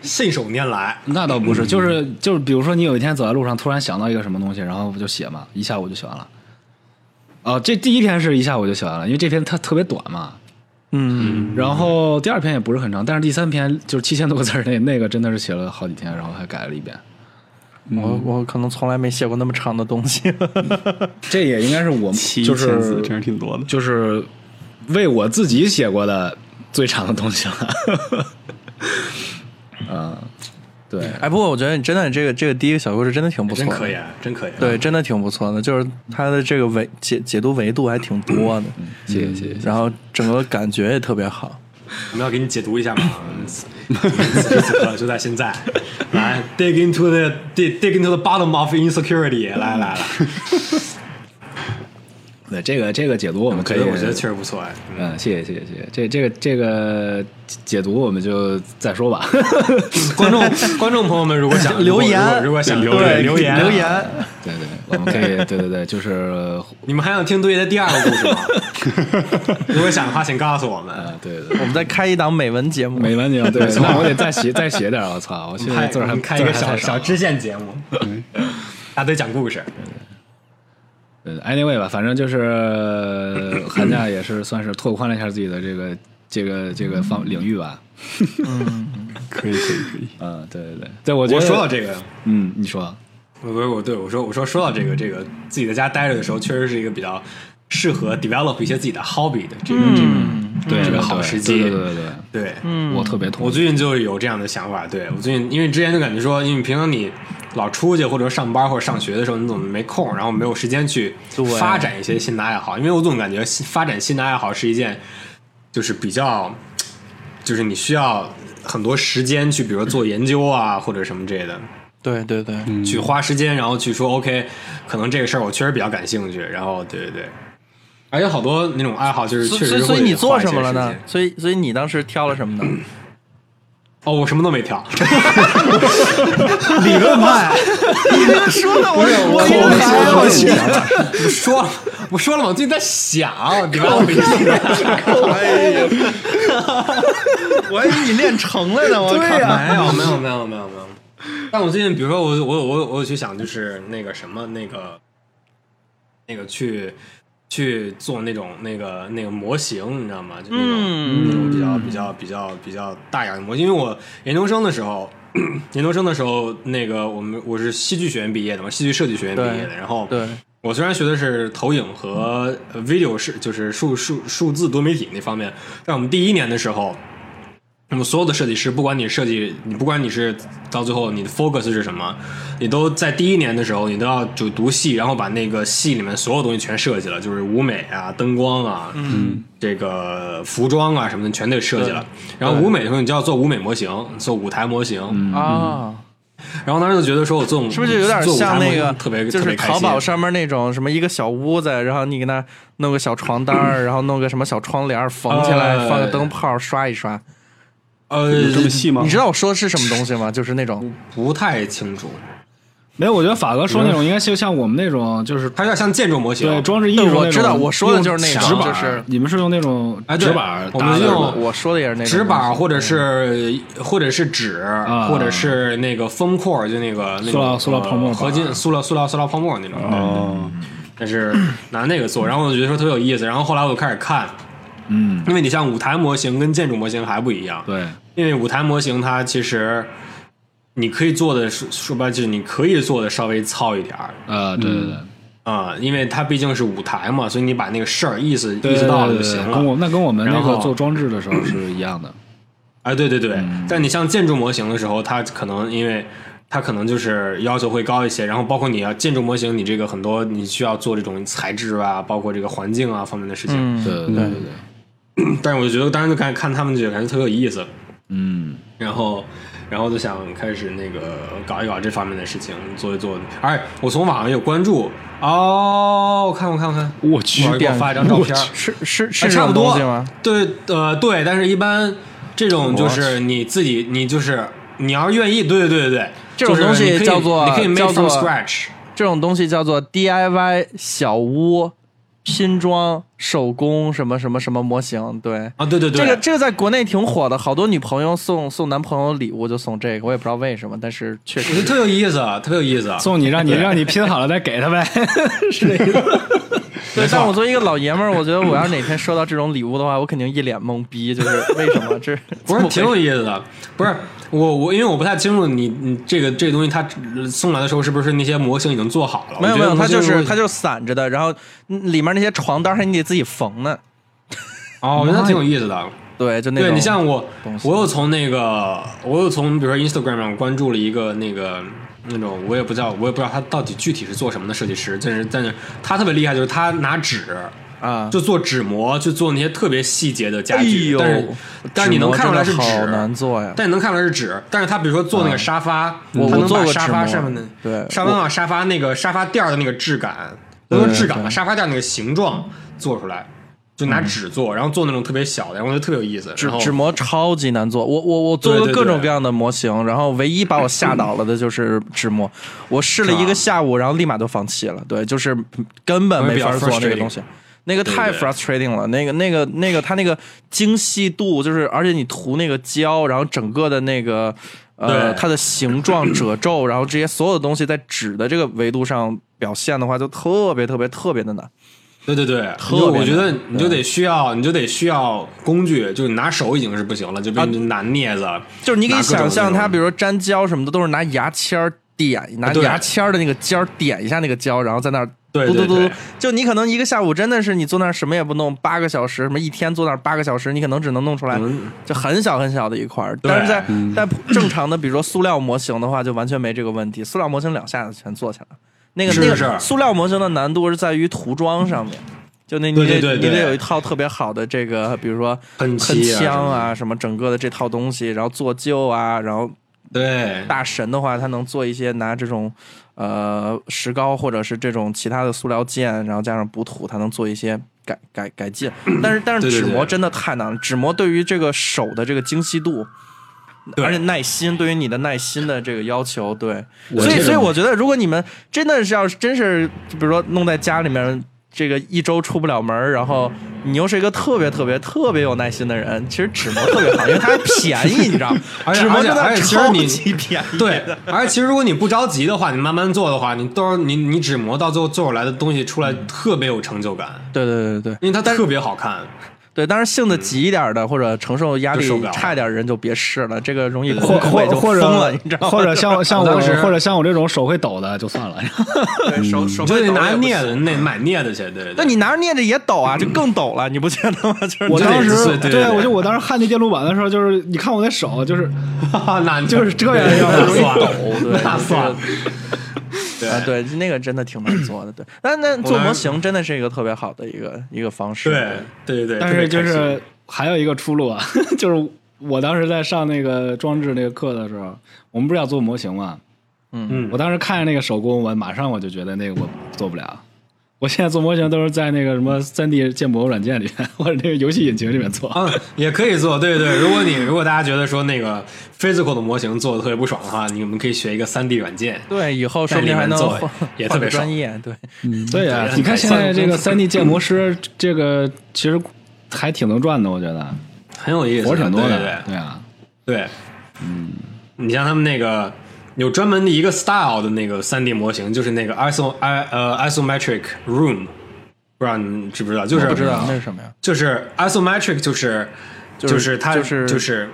信手拈来，那倒不嗯是，就是就是，比如说你有一天走在路上，突然想到一个什么东西，然后就写嘛，一下午就写完了。哦，这第一篇是一下午就写完了，因为这篇它特别短嘛。嗯，然后第二篇也不是很长，但是第三篇就是七千多个字儿，那那个真的是写了好几天，然后还改了一遍。我我可能从来没写过那么长的东西。这也应该是我七就千字真是是挺多的。就是为我自己写过的最长的东西了。 [LAUGHS] 嗯，对， [LAUGHS] 哎，不过我觉得你真的这个这个第一个小故事真的挺不错真的，可以啊，真可以啊，对，真的挺不错的，就是它的这个维解解读维度还挺多的，嗯嗯谢谢谢谢。然后整个感觉也特别好。我们要给你解读一下嘛，此时此刻就在现在，来 dig into the dig dig into the bottom of insecurity，来来来，对这个这个解读我们可可以，以，我觉得确实不错哎，嗯，谢谢谢谢谢谢，这这个这个解读我们就再说 [LAUGHS] 吧。观众 [LAUGHS] 观众朋友们，如果想留言如果如果想留对， [LAUGHS] 留言留，言，对对，我们可 [LAUGHS] 以，对对对，就是呃你们还想听对的第二个故事吗？如果想的话，请告诉我们。啊，对对我对，们再开一档美文节目。没完没了，对，那我得再写再写点儿，我啊操，我现在开字儿还我们开一个字儿还太小少小支线节目，大队讲故事，对嗯 anyway 吧，反正就是寒假也是算是拓宽了一下自己的这个这个这个方领域吧。 [LAUGHS] 可以可以可以，嗯，对对对，对嗯我觉得我说到，这个，嗯，你说，我我我对我说我说说到这个这个自己在家待着的时候，确实是一个比较适合 develop 一些自己的 hobby 的这个、这个对这对个好对时对机。对对对对对，嗯我特别同我意。最近就有这样的想法，对我最近因为之前就感觉说，因为平常你老出去或者上班或者上学的时候，你总没空，然后没有时间去发展一些新的爱好，因为我总感觉新发展新的爱好是一件就是比较就是你需要很多时间去，比如说做研究啊或者什么之类的。对对对，去花时间，然后去说 OK，可能这个事儿我确实比较感兴趣，然后对对对，而且好多那种爱好就是所确以实会所以所以你做花一些什么了呢时间？所以所以你当时挑了什么嗯呢？哦，我什么都没 [LAUGHS] 挑，理论派，说的我我口我说我问题啊，我说了，我说了嘛，我最近在想，你把我给我还以为你练成了呢，我靠！没有啊没有没有没有没有。但我最近，比如说我我我我有去想，就是那个什么那个那个去去做那种那个那个模型，你知道吗？就那种、嗯那种比较比较比较比较大样的模型。因为我研究生的时候， [CLEARS THROAT] 研究生的时候，那个我们我是戏剧学院毕业的嘛，戏剧设计学院毕业的，对然后对，我虽然学的是投影和呃 video 是就是数数数字多媒体那方面，但我们第一年的时候，那么所有的设计师，不管你设计，你不管你是到最后你的 focus 是什么，你都在第一年的时候，你都要就读戏，然后把那个戏里面所有东西全设计了，就是舞美啊、灯光啊，嗯，这个服装啊什么的全得设计了。然后舞美的时候，你就要做舞美模型，做舞台模型，啊，然后当时就觉得说我做嗯是不是就有点做午餐像那我个特别就特是别开淘宝心上面那种什么一个小屋子，然后你给那弄个小床 [CLEARS THROAT] 单儿，然后弄个什么小窗帘儿缝起来，呃放个灯泡刷一刷。呃有这么细吗你？知道我说的是什么东西吗？就是那种不太清楚，没有，我觉得法哥说那种应该就像我们那种，就是它有点像建筑模型。对装置艺术那种。我知道我说的就是那种纸板儿，就是你们是用那种啊哎对纸板儿我们搭的用是吧我说的也是那种纸嗯板儿东西或者是或者是纸，或者是那个封括儿，就那个那啊塑料塑料种泡沫板呃合金塑料塑料塑料泡沫那种。哦，但是拿那个做，然后我就觉得说特别有意思。然后后来我就开始看，嗯，因为你像舞台模型跟建筑模型还不一样，对，因为舞台模型它其实你可以做的说说白了就是你可以做的稍微糙一点儿呃，对对对，啊、因为它毕竟是舞台嘛，所以你把那个事儿意思对意识到了对就对行对了跟。我那跟我们那然个后做装置的时候是一 [CLEARS THROAT] 样的，哎，对对对，但你像建筑模型的时候，它可能因为它可能就是要求会高一些，然后包括你要建筑模型，你这个很多你需要做这种材质啊，包括这个环境啊方面的事情。对对嗯，对对对，但是我就觉得当时就看看他们就感觉特别有意思，嗯，然后然后就想开始那个搞一搞这方面的事情，做一做。而且我从网上有关注哦，我看我看我看，我去一会儿给我发一张照片儿。是是哎是这差不种多东西吗？？对，呃，对，但是一般这种就是你自己，你就是你要是愿意，对对对对对，这种就是东西你可以叫做你可以 make 叫做 from scratch，这种东西叫做 DIY 小屋拼装手工什么什么什么模型，对。啊，对对对，这个这个在国内挺火的，好多女朋友送送男朋友礼物就送这个，我也不知道为什么，但是确我觉得实特有意思，啊，特别有意思啊。送你让 [LAUGHS] 你让你拼好了再给他呗， [LAUGHS] 是这意思。对。但我作为一个老爷们儿，我觉得我要是哪天收到这种礼物的话，我肯定一脸懵逼，就是为什么这不是挺有意思的，不是我我因为我不太清楚你你这个这个东西它呃送来的时候是不是那些模型已经做好了？ [LAUGHS] 没有我觉得没有，它就模型是如果它就是散着的，然后嗯里面那些床单还你得自己缝呢。哦，我觉得它挺有意思的。对，就那种。对你像我东，西我又从那个，我又从比如说 Instagram 上关注了一个那个那种，我也不知道，我也不知道他到底具体是做什么的设计师，但是但是他特别厉害，就是他拿纸。啊，就做纸模，就做那些特别细节的家具，哎呦但是但是你能看出来是纸模真的好纸，难做呀但你能看出来是纸，但是他比如说做那个沙发，我他我能做把过沙纸发模上面的对沙发能把沙发那个沙发垫儿的那个质感，不是对质感吧，对沙发垫儿那个形状做出来，就拿纸做，然后做那种特别小的，然后就特别有意思。嗯纸然后纸模超级难做，我我我做对过对各种对各样的模型，然后唯一把我吓倒了的就是纸模，我试了一个下午，然后立马就放弃了，对，就是根本没法做那个东西。那个太对 frustrating 了，那个那个那个，它那个精细度就是，而且你涂那个胶，然后整个的那个呃，对它的形状、褶皱，然后这些所有的东西在纸的这个维度上表现的话，就特别特别特别的难。对对对，特你就别我觉得难你就得需要，你就得需要工具，就是拿手已经是不行了，就比如你拿镊子，就是你可以想象，它比如如说粘胶什么的，都是拿牙签儿点，拿啊对牙签儿的那个尖儿点一下那个胶，然后在那儿对嘟嘟对嘟对嘟。就你可能一个下午真的是你坐那儿什么也不弄，八个小时，什么一天坐那儿八个小时，你可能只能弄出来嗯就很小很小的一块儿。但是在在正常的，比如说塑料模型的话，就完全没这个问题，塑料模型两下子全做起来了。那个是那个是塑料模型的难度是在于涂装上面。就那你对对得对对你得有一套特别好的这个，比如说喷喷漆啊什枪么啊，什么整个的这套东西，然后做旧啊，然后对大神的话，他能做一些拿这种呃石膏或者是这种其他的塑料件，然后加上补土，他能做一些改改 [CLEARS THROAT] 改进。但是但是对对纸对模真的太难了，纸模对于这个手的这个精细度。对而且耐心，对于你的耐心的这个要求，对，我所以这个所以我觉得，如果你们真的是要是真是，就比如说弄在家里面，这个一周出不了门儿，然后你又是一个特别特别特别有耐心的人，其实纸模特别好，因为它还便宜，你知道吗？ [LAUGHS] 而且纸模而且真的而且其超实你级便宜，对，而且其实如果你不着急的话，你慢慢做的话，你到时候你你纸模到最后做出来的东西出来特别有成就感，对对对对因为它特别好看。对，当然性子急一点的，或者承受压力嗯就受不了差一点的人就别试了，这个容易或崩 [LAUGHS] 溃或就或疯了，者你知道吗？或者 [LAUGHS] 像像我当时或者像我这种手会抖的就 [LAUGHS] 算了，对手手你就会得抖拿也不镊行子，你得买镊子去，对对。那你拿着镊子也抖啊，就更抖了，你不觉得吗？就是我对当时对对对我就我当时焊那电路板的时候，就是你看我那手，就是 [LAUGHS] 那你就是这样要那容易算了对那算了。啊，对，那个真的挺难做的。对，但那做模型真的是一个特别好的一个一个方式。对对对，但特别是就开心是还有一个出路 [LAUGHS] 啊，就是我当时在上那个装置那个课的时候，我们不是要做模型嘛，嗯我当时看着那个手工，我马上我就觉得那个我做不了。我现在做模型都是在那个什么三 D 建模软件里面， [LAUGHS] 或者那个游戏引擎里面做。啊，也可以做，对对。如果你如果大家觉得说那个 physical 的模型做的特别不爽的话，你们可以学一个3 D 软件，对，以后说不定还能在里面换做也换特别个爽专业。对， [LAUGHS] 对呀、嗯对啊你看很现在这个三 D 建模师，这个其实还挺能赚的，我觉得很有意思，活儿挺多对对对的。对啊，对，嗯，你像他们那个有专门的一个 style 的那个3 D 模型，就是那个 iso i 呃 isometric room，不知道你知不知道？就是不知啊道那是什么呀？就是 isometric 就是就是是它就是就是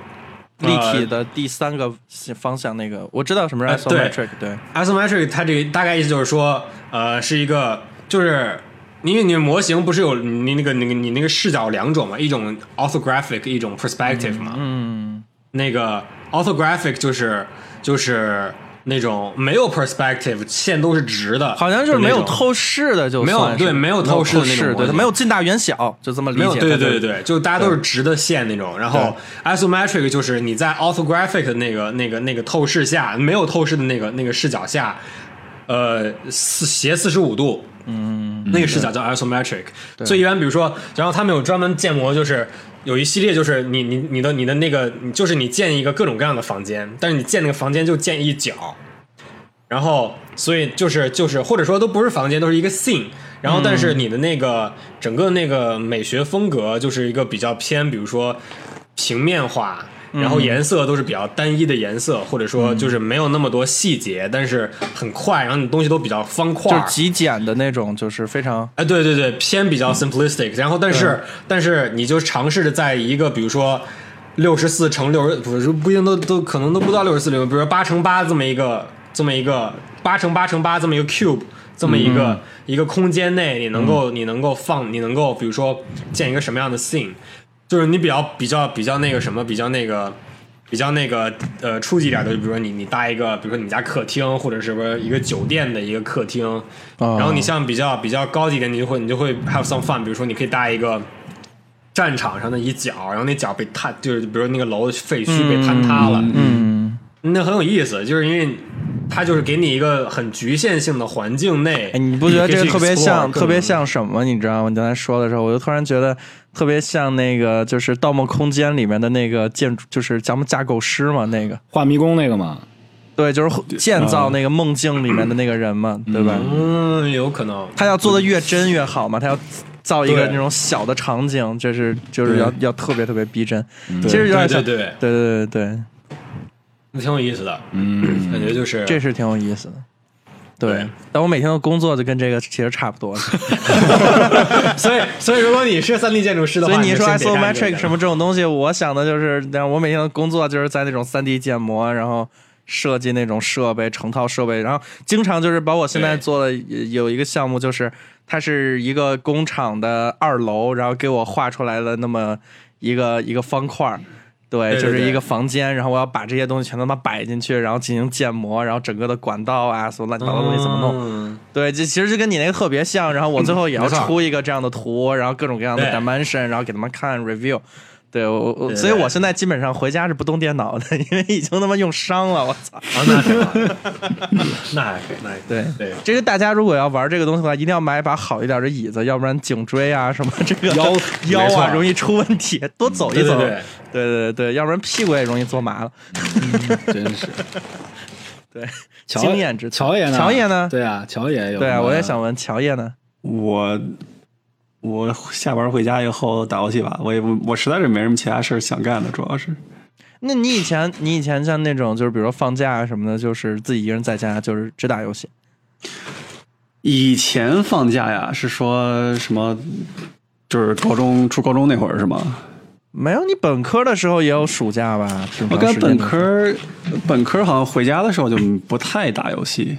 立呃体的第三个方向那个，我知道什么呃是 isometric，对， isometric 它这个大概意思就是说，呃，是一个就是。因为你的模型不是有你那个、那个、你那个视角两种嘛，一种 orthographic，一种 perspective 嘛。嗯，那个 orthographic 就是就是那种没有 perspective，线都是直的，好像就是没有那种透视的，就没有算是对没有透视的那种对，模型没有近大远小，就这么理没有解。对对对，对，就大家都是直的线那种。然后 isometric 就是你在 orthographic 的那个那个那个透视下，没有透视的那个那个视角下，呃，四斜四十五度，嗯，那个视角叫 isometric。所以一般比如说，然后他们有专门建模，就是有一系列，就是你你你的你的那个，你就是你建一个各种各样的房间，但是你建那个房间就建一角。然后，所以就是就是，或者说都不是房间，都是一个 scene。然后，但是你的那个、整个那个美学风格就是一个比较偏，比如说平面化，然后颜色都是比较单一的颜色，或者说就是没有那么多细节，但是很快，然后你东西都比较方块就儿，是极简的那种，就是非常哎，对对对，偏比较 simplistic，、然后但是但是你就尝试着在一个比如说六十四乘六十，不是不一定都都可能都不到六十四里面，比如说八乘八这么一个这么一个八乘八乘八这么一个 cube。这么一个、一个空间内，你能够、你能够放，你能够比如说建一个什么样的 scene，就是你比较比较比较那个什么，比较那个比较那个呃初级一点的，就比如说你你搭一个，比如说你们家客厅或者是不是一个酒店的一个客厅，哦然后你像比较比较高级一点，你就会你就会 have some fun，比如说你可以搭一个。战场上的一角，然后那角被坍，就是比如那个楼的废墟被坍塌了，嗯，那很有意思，就是因为它就是给你一个很局限性的环境内，哎，你不觉得这个特别像你可以去 explore 特别更像什么？你知道吗？你刚才说的时候，我就突然觉得特别像那个，就是《盗梦空间》里面的那个建筑，就是咱们架构师嘛，那个画迷宫那个嘛，对，嗯就是建造那个梦境里面的那个人嘛，对吧？嗯，有可能，他要做的越真越好嘛，他要造一对个那种小的场景，这是就是要要特别特别逼真。其实对有点像对，对，嗯对对对对，挺有意思的， [LAUGHS] 嗯，感觉就是这是挺有意思的。对对，但我每天的工作就跟这个其实差不多，所所以，所以如果你是三 D 建筑师的话，以你说就先别干这 isometric 个什么这种东西，我想的就是，那我每天的工作就是在那种三 D 建模，然后设计那种设备，成套设备，然后经常就是把我现在对做的有一个项目，就是它是一个工厂的二楼，然后给我画出来了那么一个一个方块儿。对，对就是对一个房间，然后我要把这些东西全他妈摆进去，然后进行建模，然后整个的管道啊，什么乱七八糟东西怎么弄？嗯对，这其实就跟你那个特别像。然后我最后也要没错出一个这样的图，然后各种各样的对 dimension，然后给他们看 review。对我，我对所以我现在基本上回家是不动电脑的，因为已经他妈用伤了。我操！啊，那挺好的，那还可以，那还可以对 [LAUGHS] 对，这个大家如果要玩这个东西的话，一定要买把好一点的椅子，要不然颈椎啊什么这个腰没 [LAUGHS] 腰错啊容易出问题，多走一对走。对对对对对要不然屁股也容易坐麻了。真是。 [LAUGHS] 对，乔经验之谈乔爷呢？乔爷呢对啊，乔爷有。对啊，我也想。问乔叶呢？我我下班回家以后打游戏吧，我也不我实在是没什么其他事儿想干了，主要是那你以前你以前像那种就是比如说放假啊什么的，就是自己一个人在家就是只打游戏。以前放假呀是说什么，就是高中初高中那会儿是吗？没有，你本科的时候也有暑假吧？挺我长感时间觉本的科本科好像回家的时候就不太打游戏。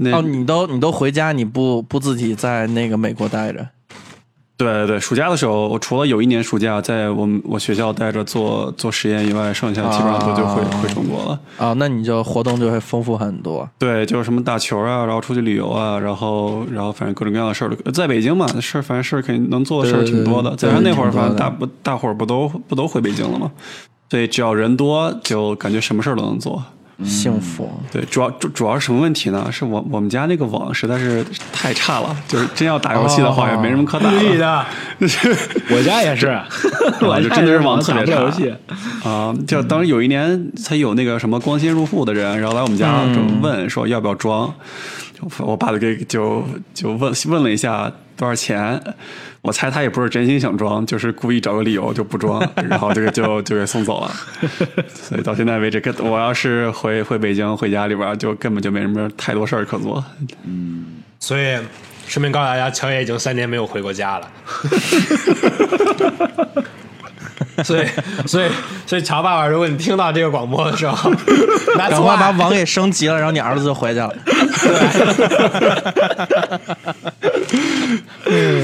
那哦，你都你都回家，你不不自己在那个美国待着？对对对，暑假的时候，我除了有一年暑假在我们我学校待着做做实验以外，剩下基本上都就回、啊回中国了。啊、那你就活动就会丰富很多。对，就是什么打球啊，然后出去旅游啊，然后然后反正各种各样的事儿都，在北京嘛，事儿反正事儿肯定能做的事儿挺多的。对对对加上那会儿挺多反的正大不大伙儿不都不都回北京了嘛，所以只要人多，就感觉什么事儿都能做。幸 [LAUGHS] 福。对，主要主主要是什么问题呢？是我我们家那个网实在是太差了，就是真要打游戏的哦话也没什么可打故意了的， [LAUGHS] 啊我家 [LAUGHS] 也是，我就家真也的是是网特打别不差了游 [LAUGHS] 戏。啊。就当时有一年，才有那个什么光纤入户的人，然后来我们家就问说要不要装，我爸就给就就问问了一下多少钱，我猜他也不是真心想装，就是故意找个理由就不装，然后这个就就给送走了。所以到现在为止，跟我要是回回北京回家里边儿，就根本就没什么太多事儿可做。所以顺便告诉大家，乔野已经三年没有回过家了。所以，所以，所以，乔爸爸，如果你听到这个广播的时候，拿 [LAUGHS] 赶错快把把网给升级了，然后你儿子就回 [LAUGHS] 去了。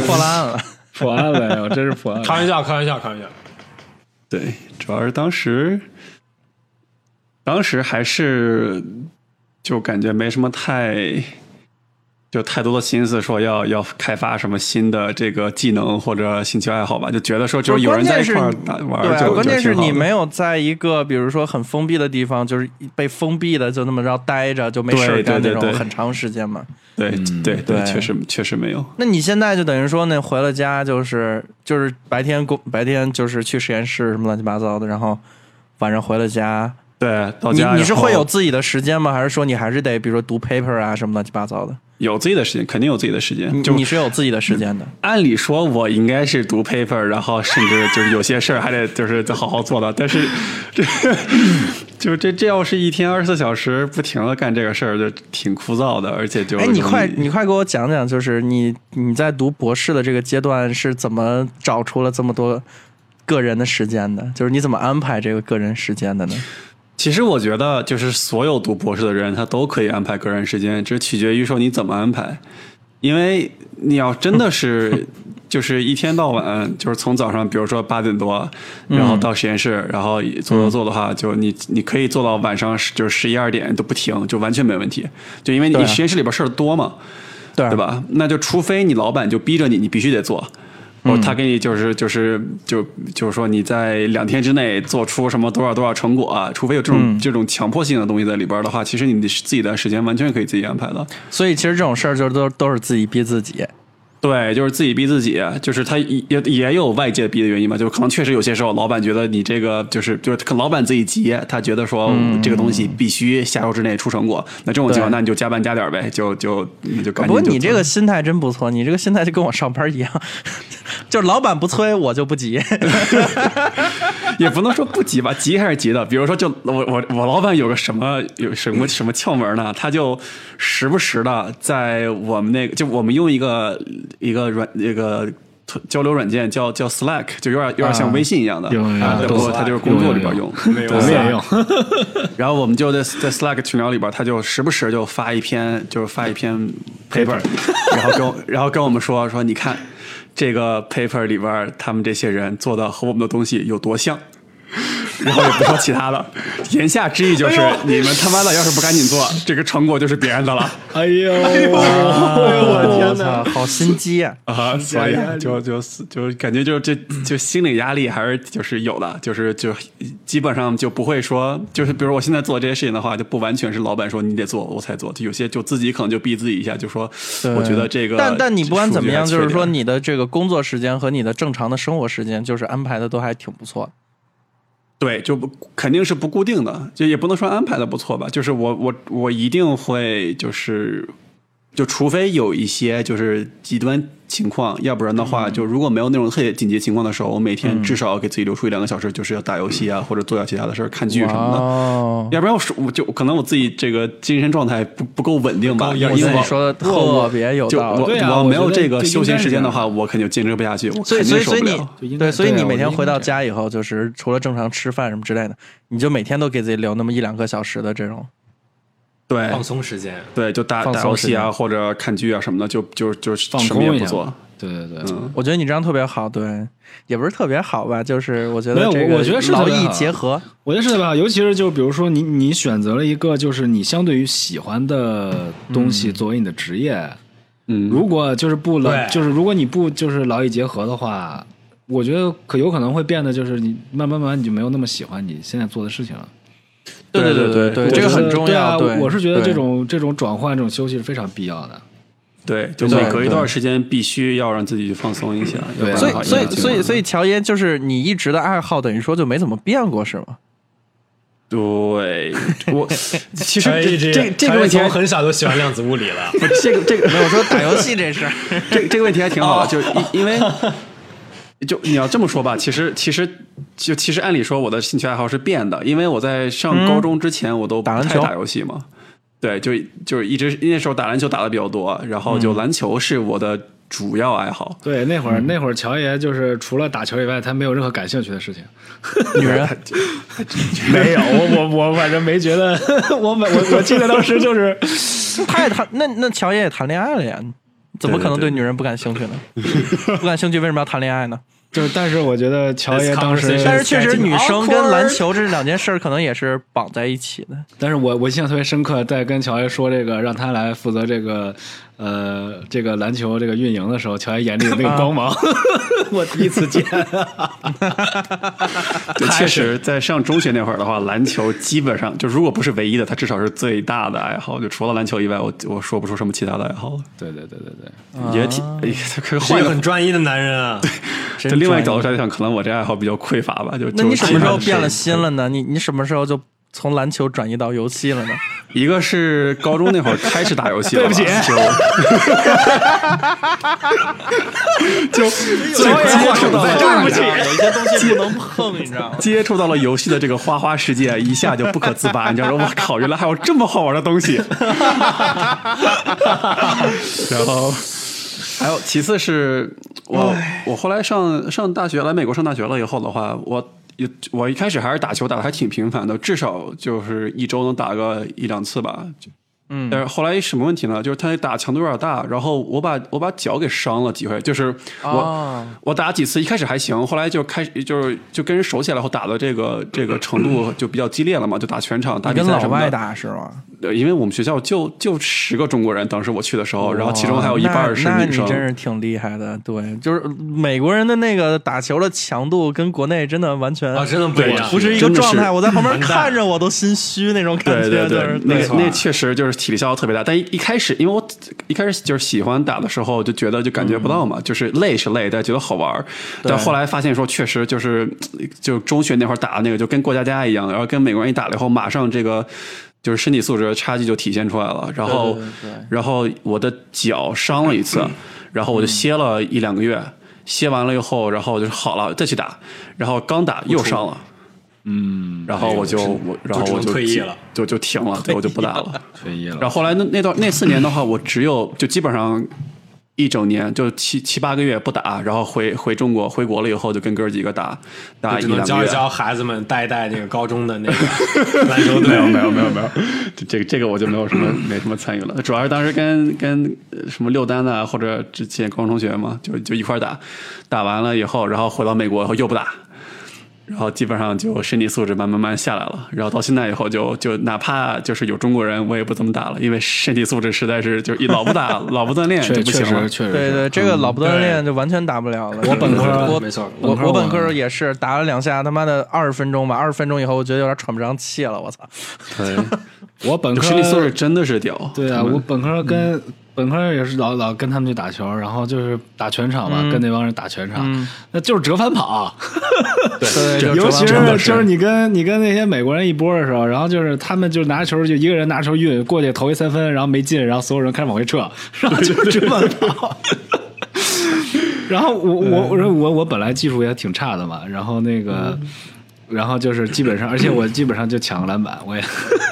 破烂了，破案了呀，我真是破案了。开玩笑，开玩笑，开玩笑。对，主要是当时，当时还是就感觉没什么太，就太多的心思说要要开发什么新的这个技能或者兴趣爱好吧，就觉得说只要有人在一块儿打玩儿对啊，就，关键是你没有有在一个比如说很封闭的地方，就是被封闭的就那么着待着，就没对事儿干对那对种对很长时间嘛。对对对，对确实确实没有。那你现在就等于说呢，回了家就是就是白天工白天就是去实验室什么乱七八糟的，然后晚上回了家，对，到你家你是然后会有自己的时间吗？还是说你还是得比如说读 paper 啊什么乱七八糟的？有自己的时间，肯定有自己的时间。你就你是有自己的时间的。按理说，我应该是读 paper，然后甚至就是有些事儿还得 [LAUGHS] 就是再好好做到。但是 [LAUGHS] 这就是这这要是一天二十四小时不停的干这个事儿，就挺枯燥的，而且就哎，你容易快你快给我讲讲，就是你你在读博士的这个阶段是怎么找出了这么多个人的时间的？就是你怎么安排这个个人时间的呢？其实我觉得，就是所有读博士的人，他都可以安排个人时间，只取决于说你怎么安排。因为你要真的是， [LAUGHS] 就是一天到晚，就是从早上，比如说八点多，然后到实验室，然后做做做的话，就你你可以做到晚上十就是十一二点都不停，就完全没问题。就因为对你啊实验室里边事儿多嘛，对对？吧？那就除非你老板就逼着你，你必须得做。嗯哦，他给你就是就是就就是说你在两天之内做出什么多少多少成果啊，除非有这种、嗯这种强迫性的东西在里边的话，其实你的自己的时间完全可以自己安排的。所以其实这种事儿就都都是自己逼自己。对，就是自己逼自己，啊就是他也也有外界逼的原因吧，就是可能确实有些时候老板觉得你这个就是就是可能老板自己急，他觉得说这个东西必须下周之内出成果，那这种情嗯况对那你就加班加点呗，就就你就赶不紧过就做。你这个心态真不错，你这个心态就跟我上班一样， [LAUGHS] 就是老板不催我就不急。 [LAUGHS] 也不能说不急吧，急还是急的。比如说就，我我我老板有个什么有什么什么窍门呢？他就时不时的在我们那个，就我们用一个一个软一个交流软件叫叫 Slack，就有点有点像微信一样的，啊有有有啊，不过他就是工作里边用。没有我们也用，然后我们就在在 Slack 群聊里边，他就时不时就发一篇，就是发一篇 paper，然 [LAUGHS] 后跟我然后跟我们说说，你看这个 paper 里边他们这些人做的和我们的东西有多像。然后也不说其他的，言下之意就是、你们他妈的要是不赶紧做，这个成果就是别人的了 [LAUGHS] 哎呦，哎呦，我我操，好心机啊！啊！所以就就就感觉就这就心理压力还是就是有的，就是就基本上就不会说，就是比如我现在做这些事情的话，就不完全是老板说你得做我才做，就有些就自己可能就逼自己一下，就说我觉得这个，但但你不管怎么样，这就数据还是说缺点你的这个工作时间和你的正常的生活时间，就是安排的都还挺不错的。对，就不肯定是不固定的，就也不能说安排的不错吧。就是我我我一定会就是，就除非有一些就是极端情况，要不然的话，就如果没有那种特别紧急情况的时候，我每天至少要给自己留出一两个小时，就是要打游戏啊，或者做点其他的事儿，看剧什么的。哦，要不然我是我就可能我自己这个精神状态不不够稳定吧，因我觉为得你我说的特别有就道我理。对啊我我没觉有得这个就休应该闲是时这间的样话，我肯定坚持不下去，我所以肯所定以所以受不你了。就应该对，所以对啊你每天我觉得回到应该家以后，就是除了正常吃饭什么之类的，你就每天都给自己留那么一两个小时的这种。哎对，放松时间，对，就打放打松游时戏啊，间或者看剧啊什么的，就就就放什么空也一不下做。对对对，嗯，我觉得你这样特别好，对，也不是特别好吧，就是我觉没得有这我我觉得个是劳特别逸好结合。我觉得是的吧，尤其是就比如说你你选择了一个就是你相对于喜欢的东嗯西作为你的职业，嗯如果就是不劳对，就是如果你不就是劳逸结合的话，我觉得可有可能会变得就是你慢慢慢慢你就没有那么喜欢你现在做的事情了。对对对对对，我这个觉很得重对要。啊对，我是觉得对这种这种转换、这种休息是非常必要的。对，就对每隔一对段时间必须要让自己放松一下，对要不所然以的话所以影响所以所以以乔爷就是你一直的爱好，等于说就没怎么变过是 [LAUGHS] 吗？对 [LAUGHS] 我其实乔伊这这这乔伊个问题从还很小就喜欢量子物理了，不这个这个没有说打游戏这事儿，这这个问题还挺哦好的，就是因因为就你要这么说吧，其实其实就其实按理说我的兴趣爱好是变的，因为我在上高中之前我都嗯不打篮太球打游戏嘛，对，就就是一直那时候打篮球打的比较多，然后嗯就篮球是我的主要爱好，对，那会儿那会儿乔爷就是除了打球以外，他没有任何感兴趣的事情。 [LAUGHS] 女 [LAUGHS] 人 [LAUGHS] 没有，我我我反正没觉得， [LAUGHS] 我我我记得当时就是太谈那那乔爷也谈恋爱了呀，怎么可能对女人不感兴趣 [LAUGHS] 呢？不感兴趣为什么要谈恋爱呢？就是，但是我觉得乔爷 This 当时 [LAUGHS] conversation，但是确实，女生跟 Awkward 篮球这两件事儿可能也是绑在一起的。但是我我印象特别深刻，在跟乔爷说这个让他来负责这个呃这个篮球这个运营的时候，乔爷眼里的那个光芒，我第一次见。啊对，确实在上中学那会儿的话，篮球基本上就如果不是唯一的，它至少是最大的爱好，就除了篮球以外，我我说不出什么其他的爱好了，对对对对对，啊也 [LAUGHS] 挺哎可以是一换个个很专一的男人啊。就另外一个角度上讲，可能我这爱好比较匮乏吧，就那就你什么时候变了其他的事心了呢？你你什么时候就从篮球转移到游戏 [LAUGHS] 了呢？一个是高中那会儿开始打游戏了吧， [LAUGHS] 对不就就最 [LAUGHS] 跨省在这儿啊不起，有一些东西不能 [LAUGHS] 碰，你知道吗？接触到了游戏的这个花花世界，一下就不可自拔。你知道说，我靠，原来还有这么好玩的东西。然后还有，其次是我我后来上上大学来美国上大学了以后的话，我也我一开始还是打球打的还挺频繁的，至少就是一周能打个一两次吧。嗯，但是后来什么问题呢？就是他打强度有点大，然后我把我把脚给伤了几回，就是我、哦我打几次，一开始还行，后来就开始就是就跟人熟起来后打的这个这个程度就比较激烈了嘛，就打全场打你比跟赛老什么外的。打是吗？呃因为我们学校就就十个中国人，当时我去的时候，然后其中还有一半是哇哦那女生你。真是挺厉害的。对，就是美国人的那个打球的强度跟国内真的完全啊真的不一样不是一个真的是状态。我在旁边完蛋看着我都心虚那种感对觉，就对对是，那对那确实就是体力消耗特别大，但一一开始，因为我一开始就是喜欢打的时候，就觉得就感觉不到嗯嘛，就是累是累，但觉得好玩儿。但后来发现说，确实就是就中学那会儿打的那个，就跟过家家一样，然后跟美国人一打了以后，马上这个就是身体素质的差距就体现出来了。然后，然后我的脚伤了一嗯次，然后我就歇了一两个月，歇完了以后，然后就是好了再去打，然后刚打又伤了。嗯，哎然后我就我，然后就只我能就退役了，就就停了，对我就不打了。退役了然后后来那那段那四年的话，我只有就基本上一整年，就七七八个月不打，然后回回中国，回国了以后就跟哥儿几个打打啊一只能两教个一月。教孩子们带一带那个高中的那个 [LAUGHS] 篮球队。没 [LAUGHS] 有没有没有，这这个这个我就没有什么没什么参与了。主要是当时跟跟呃什么六单啊，或者之前高中同学嘛，就就一块儿打，打完了以后，然后回到美国以后又不打，然后基本上就身体素质慢慢慢下来了。然后到现在以后就，就哪怕就是有中国人，我也不怎么打了，因为身体素质实在是就是一老不打老不锻炼就确不确行了实。确实对是嗯对，这个老不锻炼就完全打不了了。我本科我没错我本科我本我科也是打了两下，他妈的二十分钟吧，二十分钟以后我觉得有点喘不上气了，我操！对，我本就科身体素质真的是屌。对啊，他们我本科跟、本科也是老老跟他们去打球，然后就是打全场嘛，跟那帮人打全场，那就是折返跑。对，哎就尤其折返是跑就是你跟你跟那些美国人一波的时候，然后就是他们就拿球就一个人拿球运过去投一三分，然后没进，然后所有人开始往回撤，然后就直奔跑。 [LAUGHS] 然后我嗯我我我我本来技术也挺差的嘛，然后那个。嗯然后就是基本上，而且我基本上就抢个篮板，我也，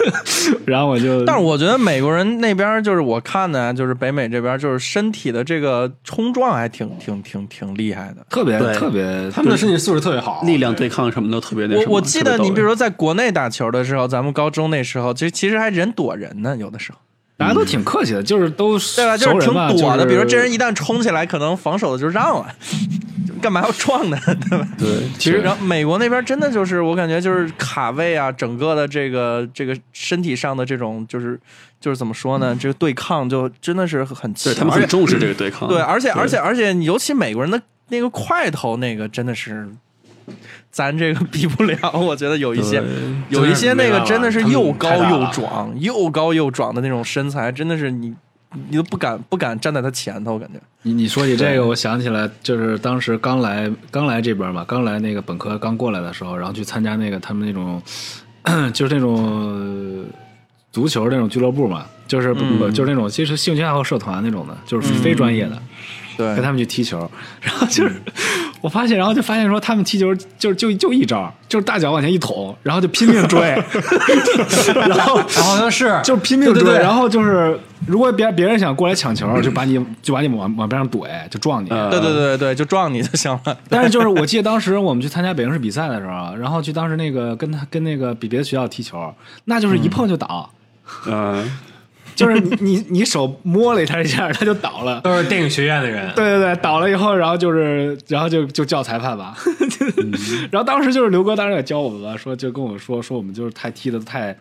[LAUGHS] 然后我就，但是我觉得美国人那边就是我看的，就是北美这边就是身体的这个冲撞还挺挺挺挺厉害的。特别对特别，他们的身体素质特别好，力量对抗什么的特别那什么。我我记得特别你逗比如说在国内打球的时候，咱们高中那时候，其实其实还人躲人呢，有的时候，大家都挺客气的，就是都对啊吧？就熟是人挺嘛躲的。就是比如说这人一旦冲起来，可能防守的就让了， [LAUGHS] 干嘛要撞呢？ [LAUGHS] 对吧？对，其实，然后美国那边真的就是，我感觉就是卡位啊，整个的这个这个身体上的这种，就是就是怎么说呢？这个对抗就真的是很啊强，对他们而很且重视这个对抗。对，而且而且而且，尤其美国人的那个块头，那个真的是咱这个比不了。我觉得有一些对有一些那个真的是又高他们太大又了壮，又高又壮的那种身材，真的是你你都不敢不敢站在他前头，感觉。你你说起这个，我想起来，就是当时刚来刚来这边嘛，刚来那个本科刚过来的时候，然后去参加那个他们那种， [CLEARS THROAT] 就是那种呃足球那种俱乐部嘛，就是、不嗯就是那种其实兴趣爱好社团那种的，就是非专业的。对跟他们去踢球，然后嗯就是、 [LAUGHS] 我发现，然后就发现说他们踢球就就就一招，就是大脚往前一捅，然后就拼命追， [LAUGHS] 然后好像是就是拼命追，对对对然后就是如果别别人想过来抢球，就把你就把你往往边上怼，就撞你。嗯对对对对，就撞你就行了。但是就是我记得当时我们去参加北京市比赛的时候，然后去当时那个跟他跟那个比别的学校踢球，那就是一碰就倒，嗯，就是你你你手摸了他一下，他就倒了。都是电影学院的人，对对对，倒了以后，然后就是，然后就就叫裁判吧。 [LAUGHS] 然后当时就是刘哥当时也教我们了，说就跟我们说说我们就是太踢的太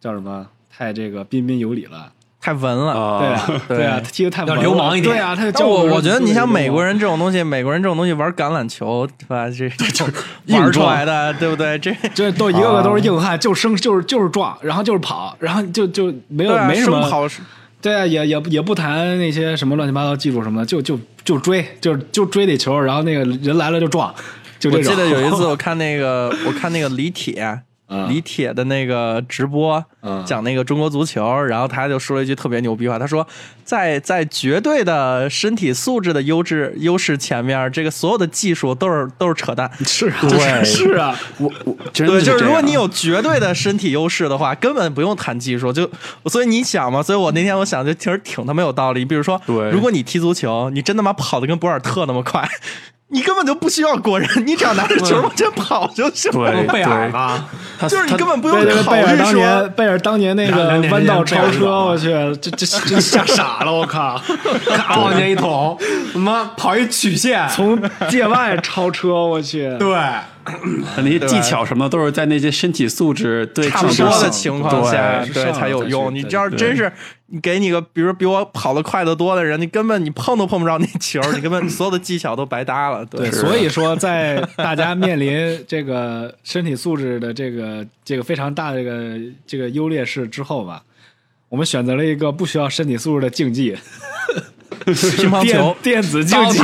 叫什么太这个彬彬有礼了，太文了，对啊，哦啊对啊，踢的太要文流了氓一点对啊，他就但教我们说我觉得们你就是像美国流人这种东西，美国人这种东西玩橄榄球，对吧？这这种硬 [LAUGHS] 玩出撞来的，对不对？这氓，这都一个个都是硬汉，就生就是就是撞，然后就是跑，然后就就没有对啊没什生么，跑是对啊，也也不也不谈那些什么乱七八糟技术什么的，就就就追，就就追那球，然后那个人来了就撞，就这我种。记得有一次，我看 [LAUGHS] 那个，我看那个李铁，嗯李铁的那个直播，嗯讲那个中国足球，然后他就说了一句特别牛逼话，他说，在在绝对的身体素质的优质优势前面，这个所有的技术都是都是扯淡。是啊，就是是啊，我我真的对，就是这如果样啊你有绝对的身体优势的 [LAUGHS] 话，根本不用谈技术。就所以你想嘛，所以我那天我想，就其实挺他妈有道理。比如说，对如果你踢足球，你真他妈跑得跟博尔特那么快， [LAUGHS] 你根本就不需要过人，你只要拿着球往前跑就行了。 [LAUGHS] 对贝尔对，嘛，他就是你他根本不用对对，对考贝尔虑当说年，贝尔当年那个两年弯道前超贝尔是车，吧我去，这这这吓傻了，我 [LAUGHS] 靠！咔往前一捅，他妈跑一曲线，从界外超车，我去，对，他那些技巧什么的都是在那些身体素质对差不技术多的上情况下，对对上才有了再用。去你再这要去真是你给你个，比如比我跑得快得多的人，你根本你碰都碰不着那球，你根本所有的技巧都白搭了。对，所以说在大家面临这个身体素质的这个这个非常大的这个这个优劣势之后吧，我们选择了一个不需要身体素质的竞技，乒乓电球，电子竞技，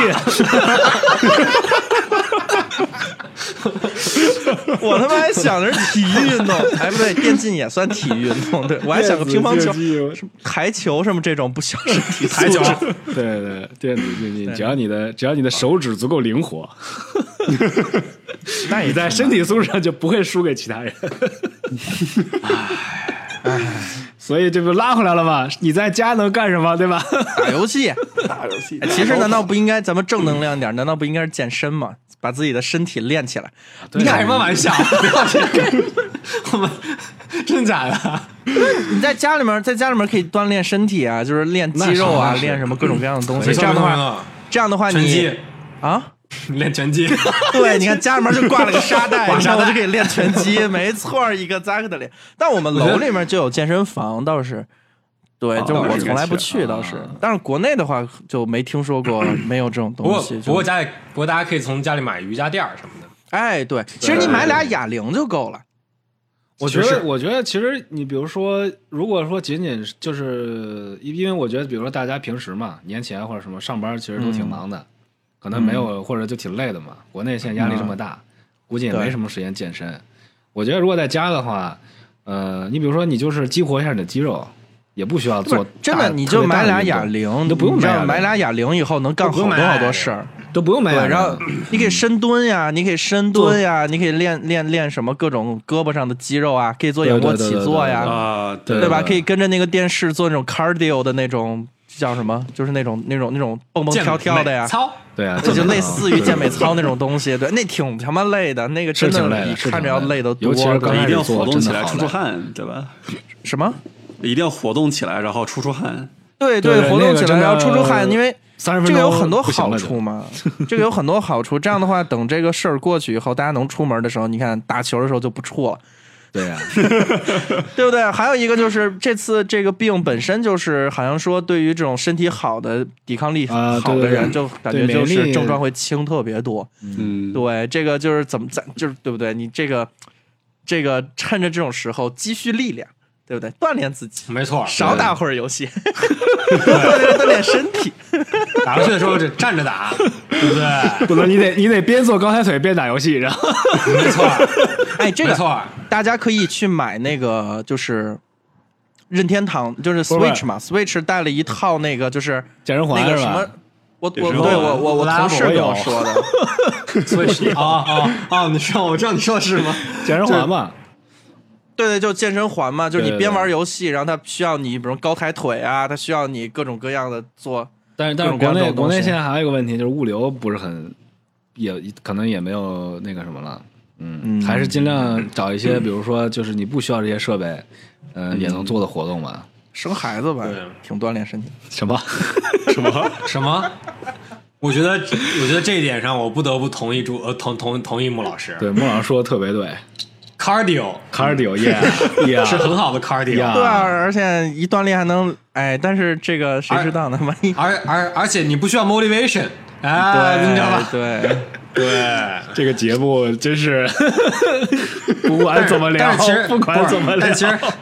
我他妈还想着是体育运动， [LAUGHS] 哎不对，电竞也算体育运动。对 [LAUGHS] 我还想个乒乓球电子、竞技台球什么这种不需要身体素抬质脚。对对，电子竞技，只要你的只要你的手指足够灵活， [LAUGHS] 那你在身体素质上就不会输给其他人。 [LAUGHS] 所以这不拉回来了吗？你在家能干什么，对吧？打游戏，打游戏哎其实难道不应该咱们正能量点？难道不应该是健身吗？把自己的身体练起来。你开什么玩笑？ [LAUGHS] 不要这个，我们真假的？你在家里面，在家里面可以锻炼身体啊，就是练肌肉啊，练什么各种各样的东西。这样的话，，这样的话拳你击，啊，你练拳击， [LAUGHS] [LAUGHS] 对，你看家里面就挂了个沙袋，挂你沙看袋我就可以练拳击，没错，一个扎克的脸。但我们楼里面就有健身房，倒是。对，就我从来不去，倒是。但是国内的话就没听说过没有这种不东过西。不过就，家里，不过大家可以从家里买瑜伽垫儿什么的。哎，对，其实你买俩哑铃就够了。我觉得，我觉得其实你比如说，如果说仅仅是就是因因为我觉得，比如说大家平时嘛，年前或者什么上班，其实都挺嗯忙的，可能没有或者就挺累的嘛。国内现在压力这么大，估计也嗯对没什么时间健身。我觉得如果在家的话，呃，你比如说你就是激活一下你的肌肉，也不需要不做是真大的，你就买俩，特哑别大的运动铃，你都不用你知道买哑铃买俩哑铃以后能干都好不用多买好哑多铃事儿。都不用买哑对，铃。然后你可以深蹲呀，你可以深蹲呀，你可以练练练什么各种胳膊上的肌肉啊，可以做仰卧起坐呀，啊，对对对吧？对可以跟着那个电视做那种 cardio 的那种叫什么，就是那种那种那种蹦蹦健跳跳的美呀。操，对啊，这就类健身房似于健美操那种东西，对，那挺他妈累的，那个真是挺累的的一是挺看着要累的累得多。尤其是刚对一定要活动起真的来好出出累汗，对吧？什么？一定要活动起来，然后出出汗。对对活动那个起真来的要出出汗，因为30分这个有钟很多不行好了处嘛。这个有很多好处，这样的话，等这个事儿过去以后，大家能出门的时候，你看打球的时候就不怵了。对啊呀、[LAUGHS] 对不对？还有一个就是这次这个病本身就是好像说对于这种身体好的抵抗力啊好对的对对人，就感觉对就免疫是力症状会轻特别多。嗯，对，这个就是怎么在就是对不对？你这个这个趁着这种时候积蓄力量，对不对？锻炼自己，没错，少打会儿 [LAUGHS] 游戏，锻炼锻炼身体。打游戏的时候这站着打，对不对？不能你得你得边做高抬腿边打游戏，然后没错，哎，这没个错，大家可以去买那个就是。任天堂就是 Switch 嘛，Switch 带了一套那个就是健身环那个是什么吧？，我也我是对我我我我拉同布事我跟我有 [LAUGHS] 说的，所以是啊啊啊！你知道我知道你说的是什么？健身环嘛，对对，就健身环嘛，就是对你对边对玩游戏，然后它需要你比如高抬腿啊，它需要你各种各样的做，但是但是各种各国样这内种国东西内现在还有一个问题就是物流不是很，也可能也没有那个什么了，嗯，还是尽量找一些，比如说就是你不需要这些设备，嗯、也能做的活动嘛。生孩子吧对，挺锻炼身体。什么？什么？我觉得，我觉得这一点上，我不得不同意朱呃同同同意穆老师对，莫老师说的特别对，cardio ，cardio [LAUGHS] yeah [LAUGHS] 是 yeah，很好的 cardio，、呀啊对啊，而且一锻炼还能哎，但是这个谁而知道呢？万一而而而且你不需要 motivation，啊，你知道吧对？对，对。这个节目真是不管怎么聊但是其实，不管怎么不聊是但，其实，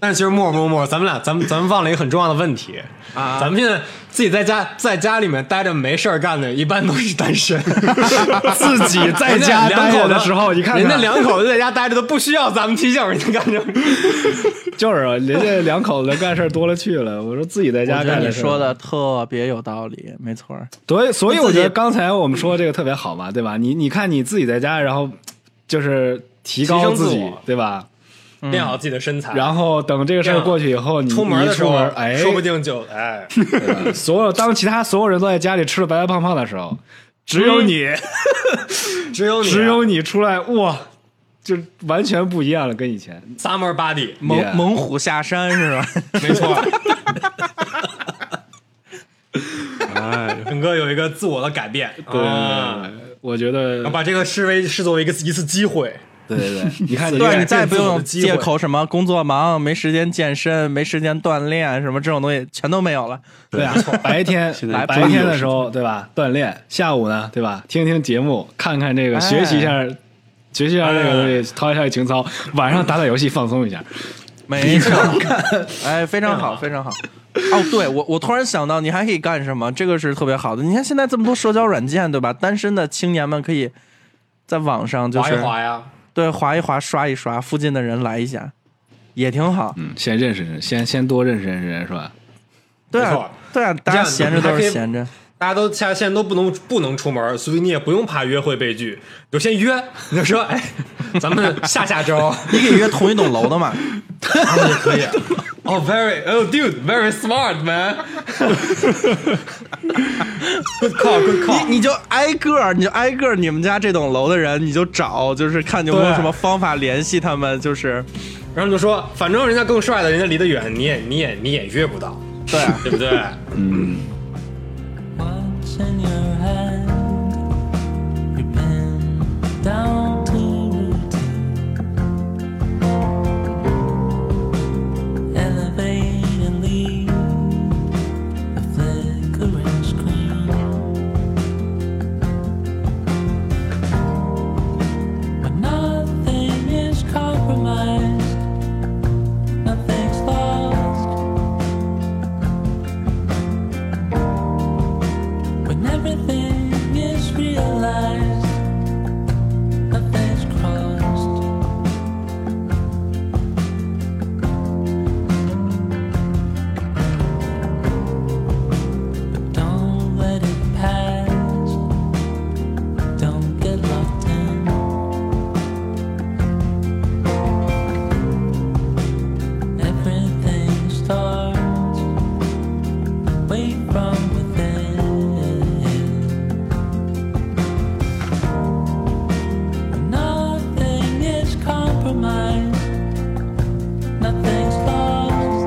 但是其实，默默默，咱们俩，咱们咱们忘了一个很重要的问题啊，咱们现在自己在家在家里面待着没事儿干的，一般都是单身。 [LAUGHS] 自己在家待人家两口着子的时候，你看看人家两口子在家待着都不需要咱们提醒，人家干什么？就是啊，人家两口子干事儿多了去了。我说自己在我家觉得干你的事儿说，的特别有道理，没错儿。对，所以我觉得刚才我们说这个特别好嘛，对吧？你你看你自己在家，然后就是提提高升自自己我，对吧？练好自己的身材，然后等这个事这儿样过去以后，你出门你的一时出候门，哎，说不 [LAUGHS] 定就哎，对吧所有当其他所有人都在家里吃的白白胖胖的时嗯候，只有你，啊只有你啊只有你出来，哇，就完全不一样了，跟以前。 summer body，猛 Yeah 猛虎下山是吧？没 [LAUGHS] 错。哎，整个有一个自我的改变，啊对对，嗯我觉 [LAUGHS] 得把这个视为视作为一个一次机会，对对对，你看你对啊这你再变不自我的用机会借口什么工作忙、没时间健身、没时间锻炼什么这种东西全都没有了。对啊，白天现在白终白于天有的时时候对吧？锻炼，下午呢对吧？听听节目，看看这个，学习一下，学习一下这个东西，掏一下情操。晚上打打游戏，放松一下。没错，哎，非常好，非常好。哦，对我，我突然想到，你还可以干什么？这个是特别好的。你看现在这么多社交软件，对吧？单身的青年们可以在网上就划是一划呀。对划一划、刷一刷，附近的人来一下，也挺好。嗯，先认识认识，先先多认识认识人是吧？对没错啊，对啊，这大家样闲着还都可以是闲着。大家都现在现在都不能不能出门，所以你也不用怕约会被拒，你就先约，你就说，哎，咱们下下 [LAUGHS] 周你可以约同一栋楼的嘛？也可以。啊哦、v e r y 哦、dude，very smart man。Good call，good [LAUGHS] call。 [LAUGHS] 你你就挨个儿，你就挨个儿，你们家这栋楼的人，你就找，就是看有没有对什么方法联系他们，就是然后你就说，反正人家更帅的，人家离得远，你也你也你也约不到，对啊。对不对？ What's in your hand? We've been down to routine. Elevate and leave a flickering screen. But nothing is compromised, nothing's lost. When everything is realized, nothing's crossed. But don't let it pass. Don't get locked in. Everything starts way from within. Nothing is compromised, nothing's lost.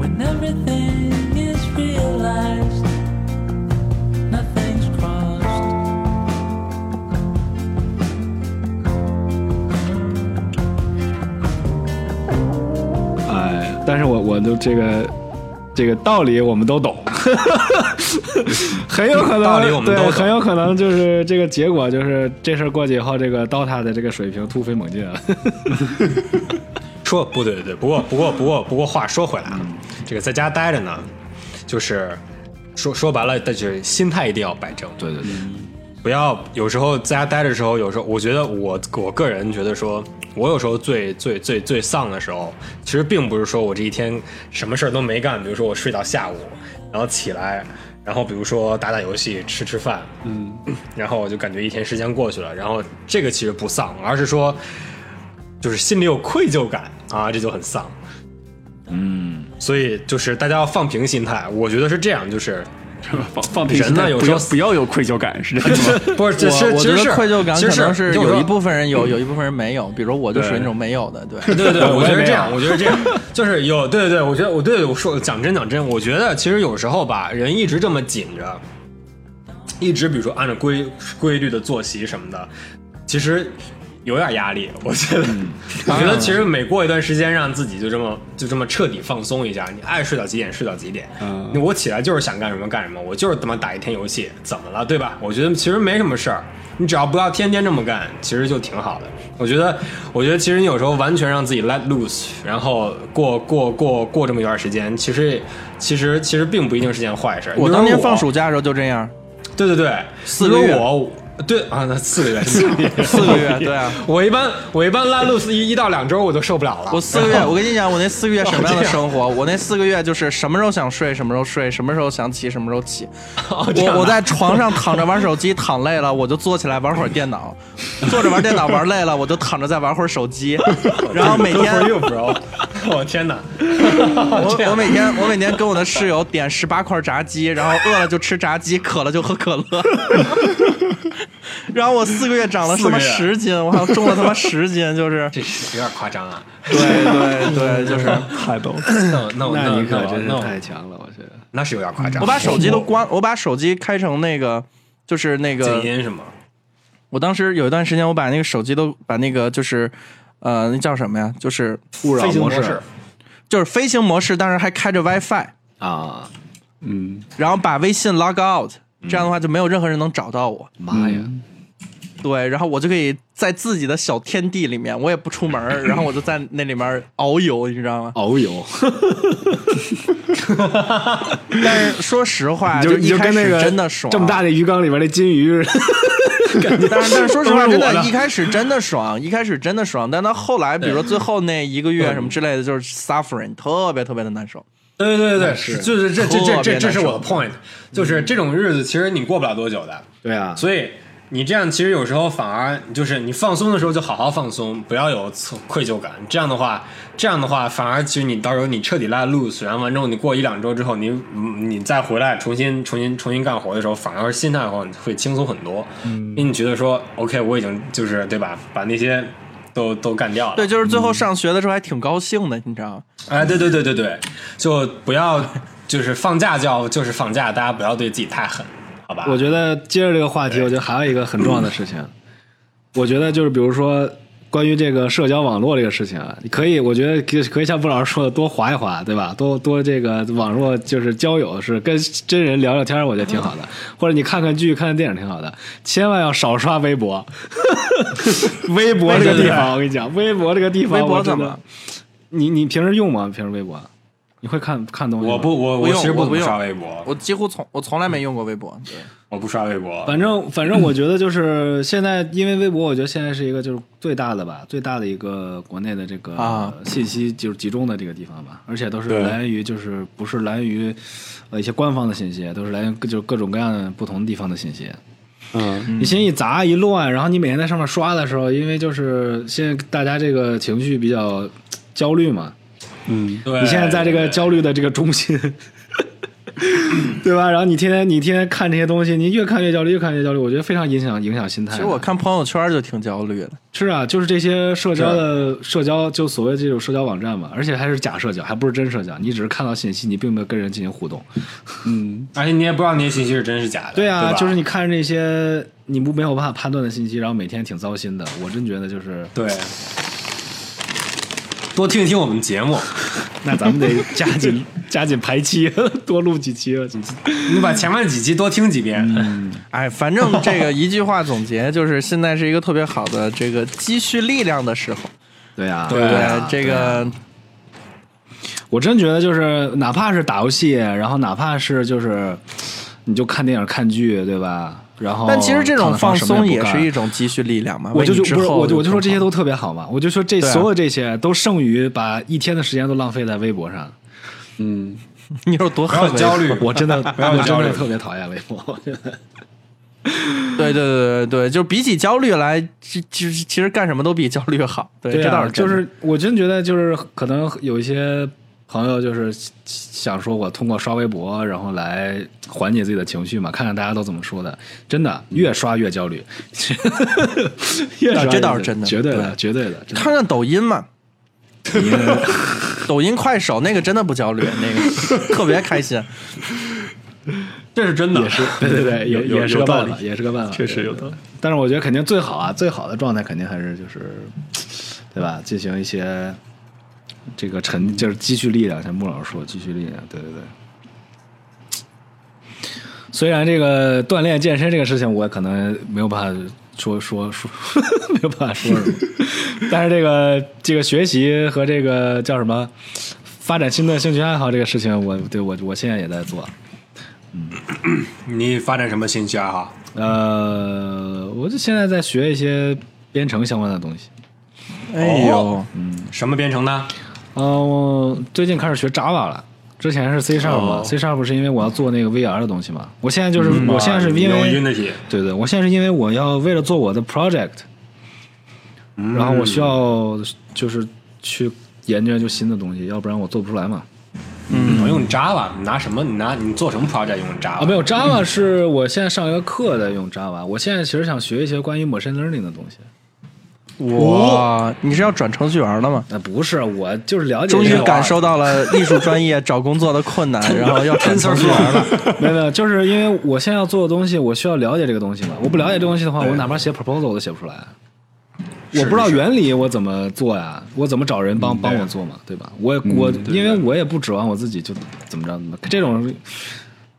When everything is realized, nothing's crossed. 哎是我我都这个这个道理我们都懂， [LAUGHS] 很有可能道理我们都对，懂很有可能就是这个结果就是这事儿过去以后，这个 DOTA 的这个水平突飞猛进了。说不对，不对，不过不过不过不过话说回来啊，这个在家待着呢，就是说说白了，但是心态一定要摆正，对对对，不要有时候在家待着的时候，有时候我觉得我我个人觉得说，我有时候最最最最丧的时候，其实并不是说我这一天什么事儿都没干，比如说我睡到下午，然后起来，然后比如说打打游戏、吃吃饭，嗯，然后我就感觉一天时间过去了，然后这个其实不丧，而是说就是心里有愧疚感啊，这就很丧。嗯，所以就是大家要放平心态，我觉得是这样，就是放放平人心呢态有不时要候不要有愧疚感，是这样 [LAUGHS] 吗？不是，这是我我其实觉得是愧疚感其实可能是有一部。部分人有，有一部分人没有。比如我就属于那种没有的，对。对对对，我觉也得没这样，我觉得这样，就是有对对对，我觉得我对我说讲真讲真，我觉得其实有时候吧，人一直这么紧着，一直比如说按照规规律的作息什么的，其实有点压力。我觉得，嗯 [LAUGHS] 我觉得其实每过一段时间，让自己就这么就这么彻底放松一下，你爱睡到几点睡到几点。嗯那我起来就是想干什么干什么，我就是他妈打一天游戏，怎么了，对吧？我觉得其实没什么事儿，你只要不要天天这么干，其实就挺好的。我觉得，我觉得其实你有时候完全让自己 let loose，然后过过过过这么一段时间，其实其实其实并不一定是件坏事。我你说当年放暑假的时候就 [LAUGHS] 这样，对对对，四如个果月我对啊，那四个月，四 [LAUGHS] 个月，四个 [LAUGHS] 月，对啊。我一般我一般拉路斯一一到两周我就受不了了。 [LAUGHS] 我四个月，我跟你讲，我那四个月什么样的生活？我那四个月就是什么时候想睡什么时候睡，什么时候想起什么时候 [LAUGHS] 起。这样啊我我在床上躺着玩手机，躺累了我就坐起来玩会儿电脑，坐着玩电脑玩累了我就躺着再玩会儿手机，然后每天 For you, bro [LAUGHS] 我天哪！ [LAUGHS] 这我样我每天我每天跟我的室友点十八块炸鸡，然后饿了就吃炸鸡，渴了就喝可乐。 [LAUGHS] 然后我四个月长了他四妈个十斤，我好像重了他妈十斤，就是这是有点夸张 [LAUGHS] 啊。 [LAUGHS] 对对对，就是太逗了。那我那 [LAUGHS] 我那你那可我真是那我太强了，我觉得。那是有点夸张。 [LAUGHS] 我把手机都关，我把手机开成那个就是那静个，音是吗？我当时有一段时间我把那个手机都把那个就是呃那叫什么呀？就是勿扰飞行模式式就是飞行模式，但是还开着 WiFi，啊！嗯，然后把微信 log out，这样的话就没有任何人能找到我。妈呀，对，然后我就可以在自己的小天地里面，我也不出门儿，然后我就在那里面遨游，你知道 [LAUGHS] 吗？遨游，但是哦说实话，你就你啊一就开跟那始个真的爽，这 [LAUGHS] 么大的鱼缸里边那金鱼似的。但是但是说实话，都是真我的的，一开始真的爽，一开始真的爽，但到后来，比如说最后那一个月什么之类的，就是 suffering，特别特别的难受。对对对对，是就是这这这特别这难这是我的受 point，就是这种日子其实你过不了多久的。对啊，所以你这样其实有时候反而就是你放松的时候就好好放松，不要有错愧疚感。这样的话，这样的话反而其实你到时候你彻底拉 loose，然后完之后你过一两周之后，你嗯你再回来重新重新重新干活的时候，反而心态会会轻松很多，嗯因为你觉得说 OK 我已经就是对吧，把那些都都干掉了。对，就是最后上学的时候还挺高兴的，你知道吗？哎，对对对对对，就不要就是放假就要就是放假，大家不要对自己太狠，好吧？我觉得接着这个话题，我觉得还有一个很重要的事情， [CLEARS THROAT] 我觉得就是比如说关于这个社交网络这个事情啊，你可以，我觉得可以可以像布老师说的，多划一划，对吧？多多这个网络就是交友是跟真人聊聊天儿，我觉得挺嗯好的，或者你看看剧、看看电影挺好的，千万要少刷微博。 [LAUGHS] 微博这个地方，我跟你讲，微博这个地方，微博我真怎么的？你你平时用吗？平时微博？你会看看东西吗？我不我不我用其实我不怎不么用刷微博，我几乎从我从来没用过微博，对，我不刷微博。反正反正，我觉得就是现在，因为微博，我觉得现在是一个就是最大的吧，最大的一个国内的这个啊信息就是集中的这个地方吧，而且都是对来源于就是不是来源于呃一些官方的信息，都是来源于各就是各种各样的不同地方的信息。嗯，你心一杂一乱，然后你每天在上面刷的时候，因为就是现在大家这个情绪比较焦虑嘛，嗯，对你现在在这个对焦虑的这个中心，对吧？然后你天天你天天看这些东西，你越看越焦虑，越看越焦虑，我觉得非常影响影响心态。其实我看朋友圈就挺焦虑的，是啊，就是这些社交的社交，就所谓这种社交网站嘛，而且还是假社交，还不是真社交，你只是看到信息，你并没有跟人进行互动。而且你也不知道那些信息是真是假的。对对啊，吧就是你看这些你不没有办法判断的信息，然后每天挺糟心的。我真觉得就是对，多听一听我们节 [LAUGHS] 目。那咱们得 [LAUGHS] 加紧加紧排期， [LAUGHS] 多录几期了。你把前面几期多听几遍。嗯哎，反正这 [LAUGHS] 个一句话总结就是，现在是一个特别好的这个积蓄力量的时候，对啊呀、对不啊对？这个哦我真觉得就是，哪怕是打游戏，然后哪怕是就是，你就看电影、看剧，对吧？然后，但其实这种放松也是一种。种积蓄力量嘛。我就为就你之不是后我就我就说更这些好都特别好嘛，我就说这对啊所有这些都胜于把一天的时间都浪费在微博上。嗯 [LAUGHS] 你有多不要恨焦虑， [LAUGHS] 我真的，要我真焦虑的特别讨厌微博。对对对对对，就比起焦虑来，其其实其实干什么都比焦虑好。对，对这倒啊，是就真的是我真觉得就是可能有一些朋友就是想说我通过刷微博然后来缓解自己的情绪嘛，看看大家都怎么说的。真的，越刷越焦虑， [LAUGHS] 越刷那越啊这倒是真的绝对的，绝对的。真的看看抖音嘛， [LAUGHS] 抖音、快手那个真的不焦虑，那 [LAUGHS] 个特别开心。这是真的，对对 [LAUGHS] 对，也有也是有个道办法，理也是个办法，确实对有对道理对但是我觉得肯定最好啊，最好的状态肯定还是就是，对吧？进行一些这个沉，就是积蓄力量，像穆老师说，积蓄力量，对对对。虽然这个锻炼健身这个事情，我可能没有办法说说说， [LAUGHS] 没有办法说什么，但是这个这个学习和这个叫什么发展新的兴趣爱好这个事情，我对我我现在也在做。你发展什么兴趣爱好？呃，我就现在在学一些编程相关的东西。哎哦呦，什么编程呢？嗯、我最近开始学 Java 了，之前是 C Sharp 哦嘛、c Sharp 是因为我要做那个 VR 的东西嘛。我现在就是，嗯我啊现在啊是因用为 Unity，对对，我现在是因为我要为了做我的 project，然嗯后我需要就是去研究研究新的东西，要不然我做不出来嘛。我用 Java，你拿什么？你拿你做什么 project 用 Java？嗯啊，没有嗯 Java 是我现在上一个课在用 Java，我现在其实想学一些关于 machine learning 的东西。哦哦哇，你是要转程序员了吗？呃，不是，我就是了解终一于下感受到了艺术专业找工作的 [LAUGHS] 困难，然后要转程序员了。没有没有，就是因为我现在要做的东西，我需要了解这个东西嘛。我不了解这个东西的话，我哪怕写 proposal 我都写不出来。我不知道原理，我怎么做呀？我怎么找人帮帮我做嘛？嗯对吧？我我因为我也不指望我自己就怎么着怎么着这种，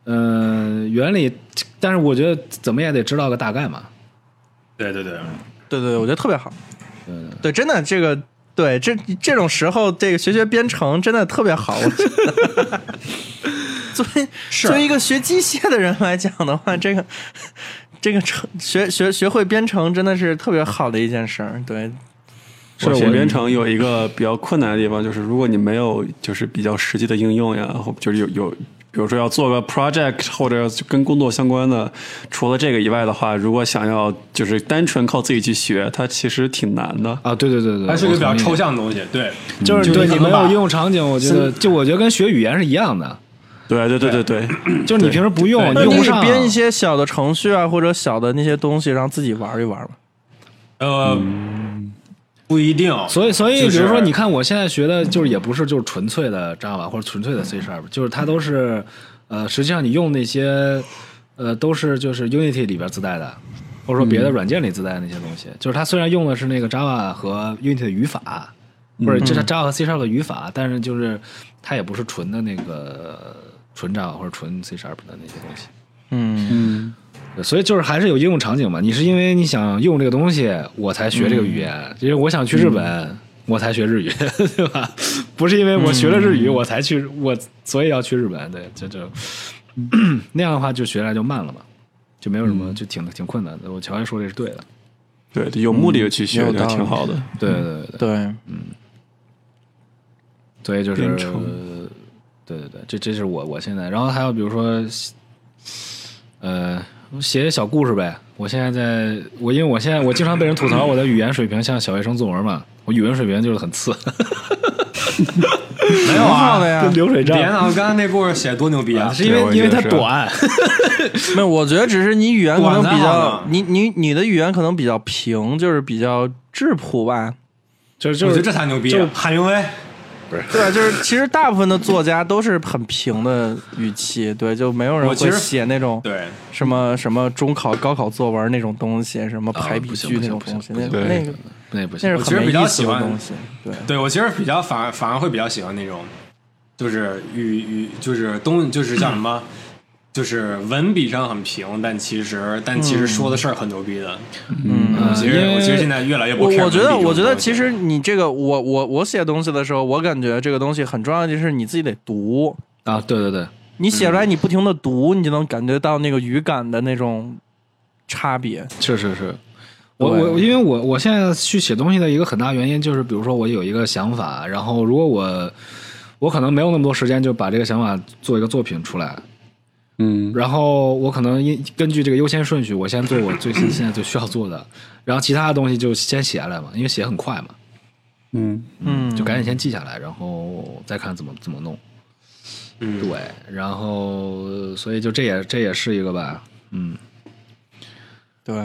嗯，原理，但是我觉得怎么也得知道个大概嘛。对对对，对对，对我觉得特别好。嗯，对，真的这个。对，这这种时候，这个学学编程真的特别好。我觉得 [LAUGHS] 作为作为一个学机械的人来讲的话，这个这个程学学学会编程真的是特别好的一件事儿。对，是我写我编程有一个比较困难的地方，就是如果你没有就是比较实际的应用呀，或就是有有。比如说要做个 project 或者跟工作相关的，除了这个以外的话，如果想要就是单纯靠自己去学，它其实挺难的。啊，对对对对，它是个比较我同意抽象的东西。对，就是就对是你可能没有把应用场景，我觉得就我觉得跟学语言是一样的，对对对对对，就是你平时不用，你那用你不得上。编一些小的程序啊，或者小的那些东西，让自己玩一玩吧。呃，不一定。嗯所以，所以，就是比如说，你看我现在学的，就是也不是就是纯粹的 Java 或者纯粹的 C Sharp，就是它都是，呃，实际上你用那些，呃，都是就是 Unity 里边自带的，或者说别的软件里自带的那些东西。就是它虽然用的是那个 Java 和 Unity 的语法，或者就是 Java 和 C Sharp 的语法，但是就是它也不是纯的那个呃纯 Java 或者纯 C Sharp 的那些东西。嗯，所以就是还是有应用场景嘛。你是因为你想用这个东西，我才学这个语言；因为我想去日本，我才学日语， [LAUGHS] 对吧？不是因为我学了日语，我才去我，所以要去日本。对，就就那样的话，就学来就慢了嘛，就没有什么，就挺挺困难的。我乔安说这是对的，对，有目的的去学，有这道样挺理好的。对对对对，对，所以就是编程对对对，这这是我我现在，然后还有比如说，呃，写写小故事呗。我现在在，我因为我现在我经常被人吐槽我的语言水平像小学生作文嘛，我语文水平就是很次，没有挺好啊的，呀。流水账别。呢，我刚才那故事写得多牛逼啊！ [LAUGHS] 是因为对我也因为它是短， [LAUGHS] 没有，我觉得只是你语言可能比管得较好呢，你你你的语言可能比较平，就是比较质朴吧。就是我就觉是得这才牛逼就啊！海明威，不是？ [LAUGHS] 对，就是其实大部分的作家都是很平的语气，对，就没有人我其会实写那种对什么什么中考、高考作文那种东西，什么啊排比不行不句那行种不行东西，不那行那个那也不那行是。我其实很没比较意思喜的欢东西。对，对我其实比较反而反而会比较喜欢那种，就是语语就是东就是叫什么，嗯就是文笔上很平，但其实但其实说的事儿很牛逼的。嗯。我其实我其实现在越来越不我 care 我觉文笔得，这种我觉得东西其实你这个，我我我写东西的时候，我感觉这个东西很重要，就是你自己得读，啊，对对对，你写出来，你不停的读，你就能感觉到那个语感的那种差别。是是是。我对我因为我我现在去写东西的一个很大原因就是，比如说我有一个想法，然后如果我我可能没有那么多时间就把这个想法做一个作品出来，嗯，然后我可能因根据这个优先顺序，我先做我最现现在最需要做的，然后其他的东西就先写下来嘛，因为写很快嘛，嗯，嗯，就赶紧先记下来，然后再看怎么怎么弄。嗯对，然后所以就这也这也是一个吧，嗯，对。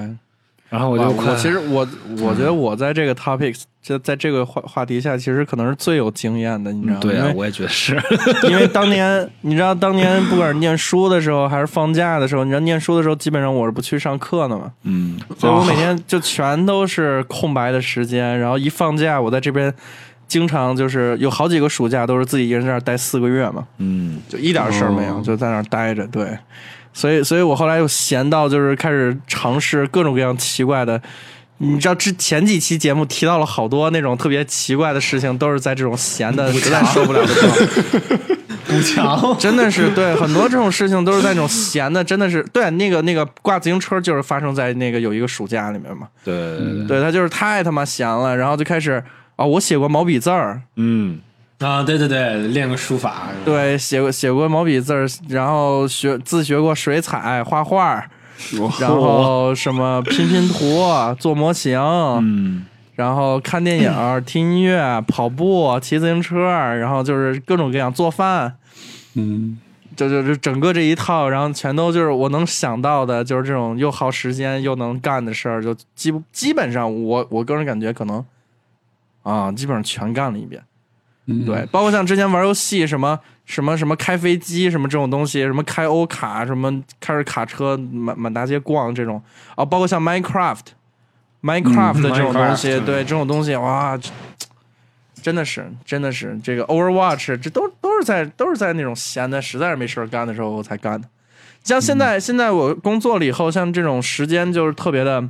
然后我我就嗯快我其实我我觉得我在这个 topics 就在这个话话题下，其实可能是最有经验的，你知道吗？对因啊为，我也觉得是，因为当年，你知道，当年不管是念书的时候，还是放假的时候，你知道，念书的时候基本上我是不去上课的嘛，嗯，所以我每天就全都是空白的时间。然后一放假，我在这边经常就是有好几个暑假都是自己一个人在那儿待四个月嘛，嗯，就一点事儿没有，就在那儿待着。对，所以，所以我后来又闲到就是开始尝试各种各样奇怪的。你知道之前几期节目提到了好多那种特别奇怪的事情，都是在这种闲的实在受不了的地方。补强，真的是对很多这种事情都是在那种闲的，真的是对那个那个挂自行车就是发生在那个有一个暑假里面嘛，对对对对，对他就是太他妈闲了，然后就开始啊、我写过毛笔字儿，嗯，啊，对对对，练个书法，对，写过写过毛笔字儿，然后学自学过水彩、画画，然后什么拼拼图、啊做模型，嗯，然后看电影、听音乐、跑步、骑自行车，然后就是各种各样做饭，嗯，就就就整个这一套，然后全都就是我能想到的，就是这种又耗时间又能干的事儿，就基基本上我我个人感觉可能啊，基本上全干了一遍。嗯对，，包括像之前玩游戏什么什么什么开飞机什么这种东西，什么开欧卡，什么开着卡车满满大街逛这种啊，包括像 Minecraft。Minecraft 这种东西， Minecraft，对这种东西，哇，这真的是，真的是这个 Overwatch，这都都是在都是在那种闲的，实在是没事儿干的时候我才干的。像嗯现在，现在我工作了以后，像这种时间就是特别的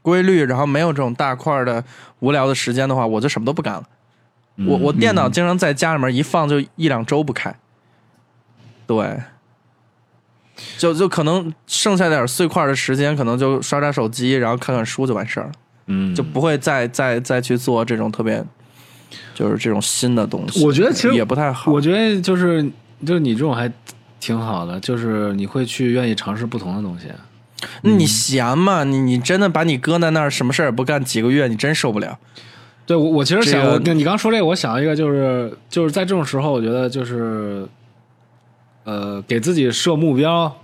规律，然后没有这种大块儿的无聊的时间的话，我就什么都不干了。嗯我我电脑经常在家里面一放就一两周不开，对，就就可能剩下点儿碎块儿的时间，可能就刷刷手机，然后看看书就完事儿了，嗯，就不会再再再去做这种特别就是这种新的东西。我觉得其实也不太好，我觉得就是就是你这种还挺好的，就是你会去愿意尝试不同的东西，那嗯你闲嘛，你你真的把你搁在那儿什么事儿也不干几个月，你真受不了。对我，我其实想，这个我跟你刚说这个，我想一个就是就是在这种时候，我觉得就是，呃，给自己设目标。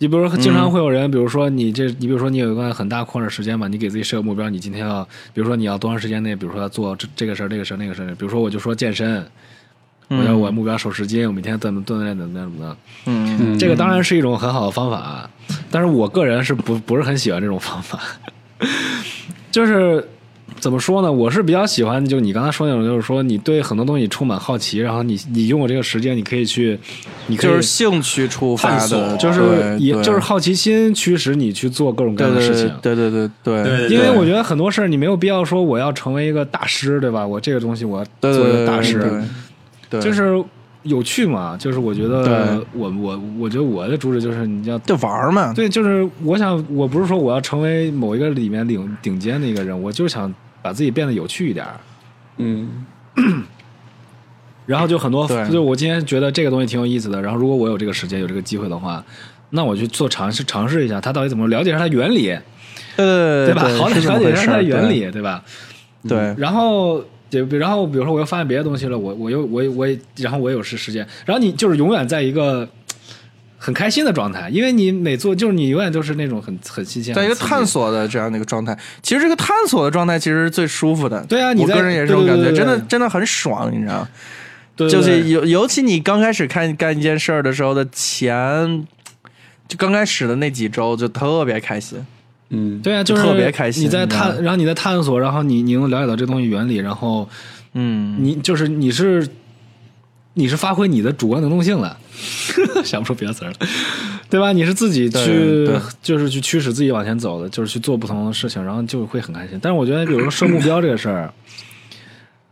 你比如说，经嗯常会有人，比如说你这，你比如说你有一个很大空的时间嘛，你给自己设个目标，你今天要，比如说你要多长时间内，比如说要做这这个事儿、那个事儿、那个事儿。比如说，我就说健身，我要我目标守时间，我每天怎么锻炼怎么样怎么样。嗯，这个当然是一种很好的方法，啊但是我个人是不不是很喜欢这种方法， [LAUGHS] 就是怎么说呢？我是比较喜欢，就你刚才说那种，就是说你对很多东西充满好奇，然后你你用我这个时间，你可以去，你可以就是兴趣触发探索的，就是对也对就是好奇心驱使你去做各种各对样的对事情。对对对对对对对因为我觉得很多事儿你没有必要说我要成为一个大师，对吧？我这个东西我要对做对一个对大师，对对，就是有趣嘛。就是我觉得对我我我觉得我的主旨就是你要就玩儿嘛，对，就是我想，我不是说我要成为某一个里面顶顶尖的一个人，我就是想把自己变得有趣一点儿。嗯，然后就很多，对就是我今天觉得这个东西挺有意思的。然后如果我有这个时间，有这个机会的话，那我去做尝试尝试一下，它到底怎么了解一下它的原理，对对吧？好是歹这了么解回一下事它儿的原理，嗯对吧？对，然后就比然后比如说我又发现别的东西了，我我又我也我也然后我也有时时间，然后你就是永远在一个很开心的状态，因为你每做就是你永远都是那种很很新鲜，在一个很刺激探。索的这样的一个状态。其实这个探索的状态其实是最舒服的。对啊你我在个人也是这种感觉，对对对真的对真的很爽，你知道吗？对就对是对尤尤其你刚开始看干一件事儿的时候的前，就刚开始的那几周就特别开心。嗯，对啊，就是特别开心你在你知道吗探，然后你在探索，然后你你能了解到这东西原理，然后嗯，你就是你是你是发挥你的主观能动性了， [LAUGHS] 想不出别的词儿了，对吧？你是自己对去对就是去驱使自己往前走的，就是去做不同的事情，然后就会很开心。但是我觉得，比如说设目标这个事儿。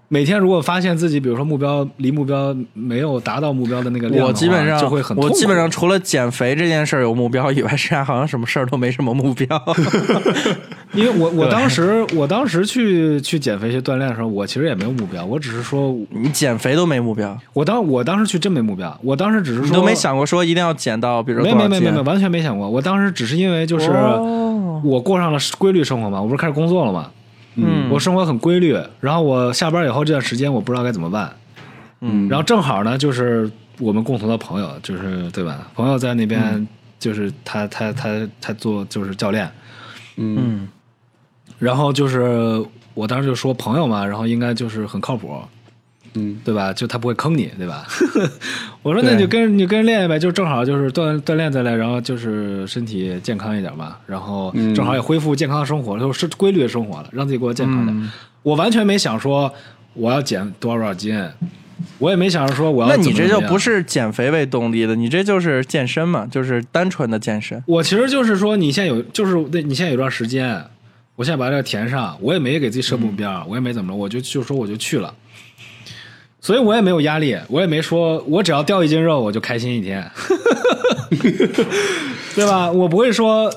每天如果发现自己，比如说目标离目标没有达到目标的那个量的话，我基本上就会很我痛苦基本上除了减肥这件事儿有目标以外，剩下好像什么事儿都没什么目 [LAUGHS] 标。因为我我对当时我当时去去减肥去锻炼的时候，我其实也没有目标，我只是说，你减肥都没目标，我当我当时去真没目标，我当时只是你说都没想过说一定要减到，比如说没多没少没没没斤。完全没想过，我当时只是因为就是哦我过上了规律生活嘛，我不是开始工作了嘛，嗯，我生活很规律，然后我下班以后这段时间我不知道该怎么办，嗯然后正好呢就是我们共同的朋友，就是对吧？朋友在那边就是他他他他做就是教练，嗯然后就是我当时就说朋友嘛，然后应该就是很靠谱，嗯，对吧？就他不会坑你，对吧？ [LAUGHS] 我说那对你就跟你就跟人练呗，就正好就是锻锻炼锻炼，然后就是身体健康一点嘛，然后嗯正好也恢复健康的生活，就是规律的生活了，让自己过得健康嗯点。我完全没想说我要减多少多少斤，我也没想着说我要那怎么你这就怎么样不是减肥为动力的，你这就是健身嘛，就是单纯的健身。我其实就是说，你现在有，就是那你现在有段时间，我现在把这个填上，我也没给自己设目标，嗯我也没怎么着，我就就说我就去了，所以我也没有压力，我也没说我只要掉一斤肉我就开心一天， [LAUGHS] 对吧？我不会说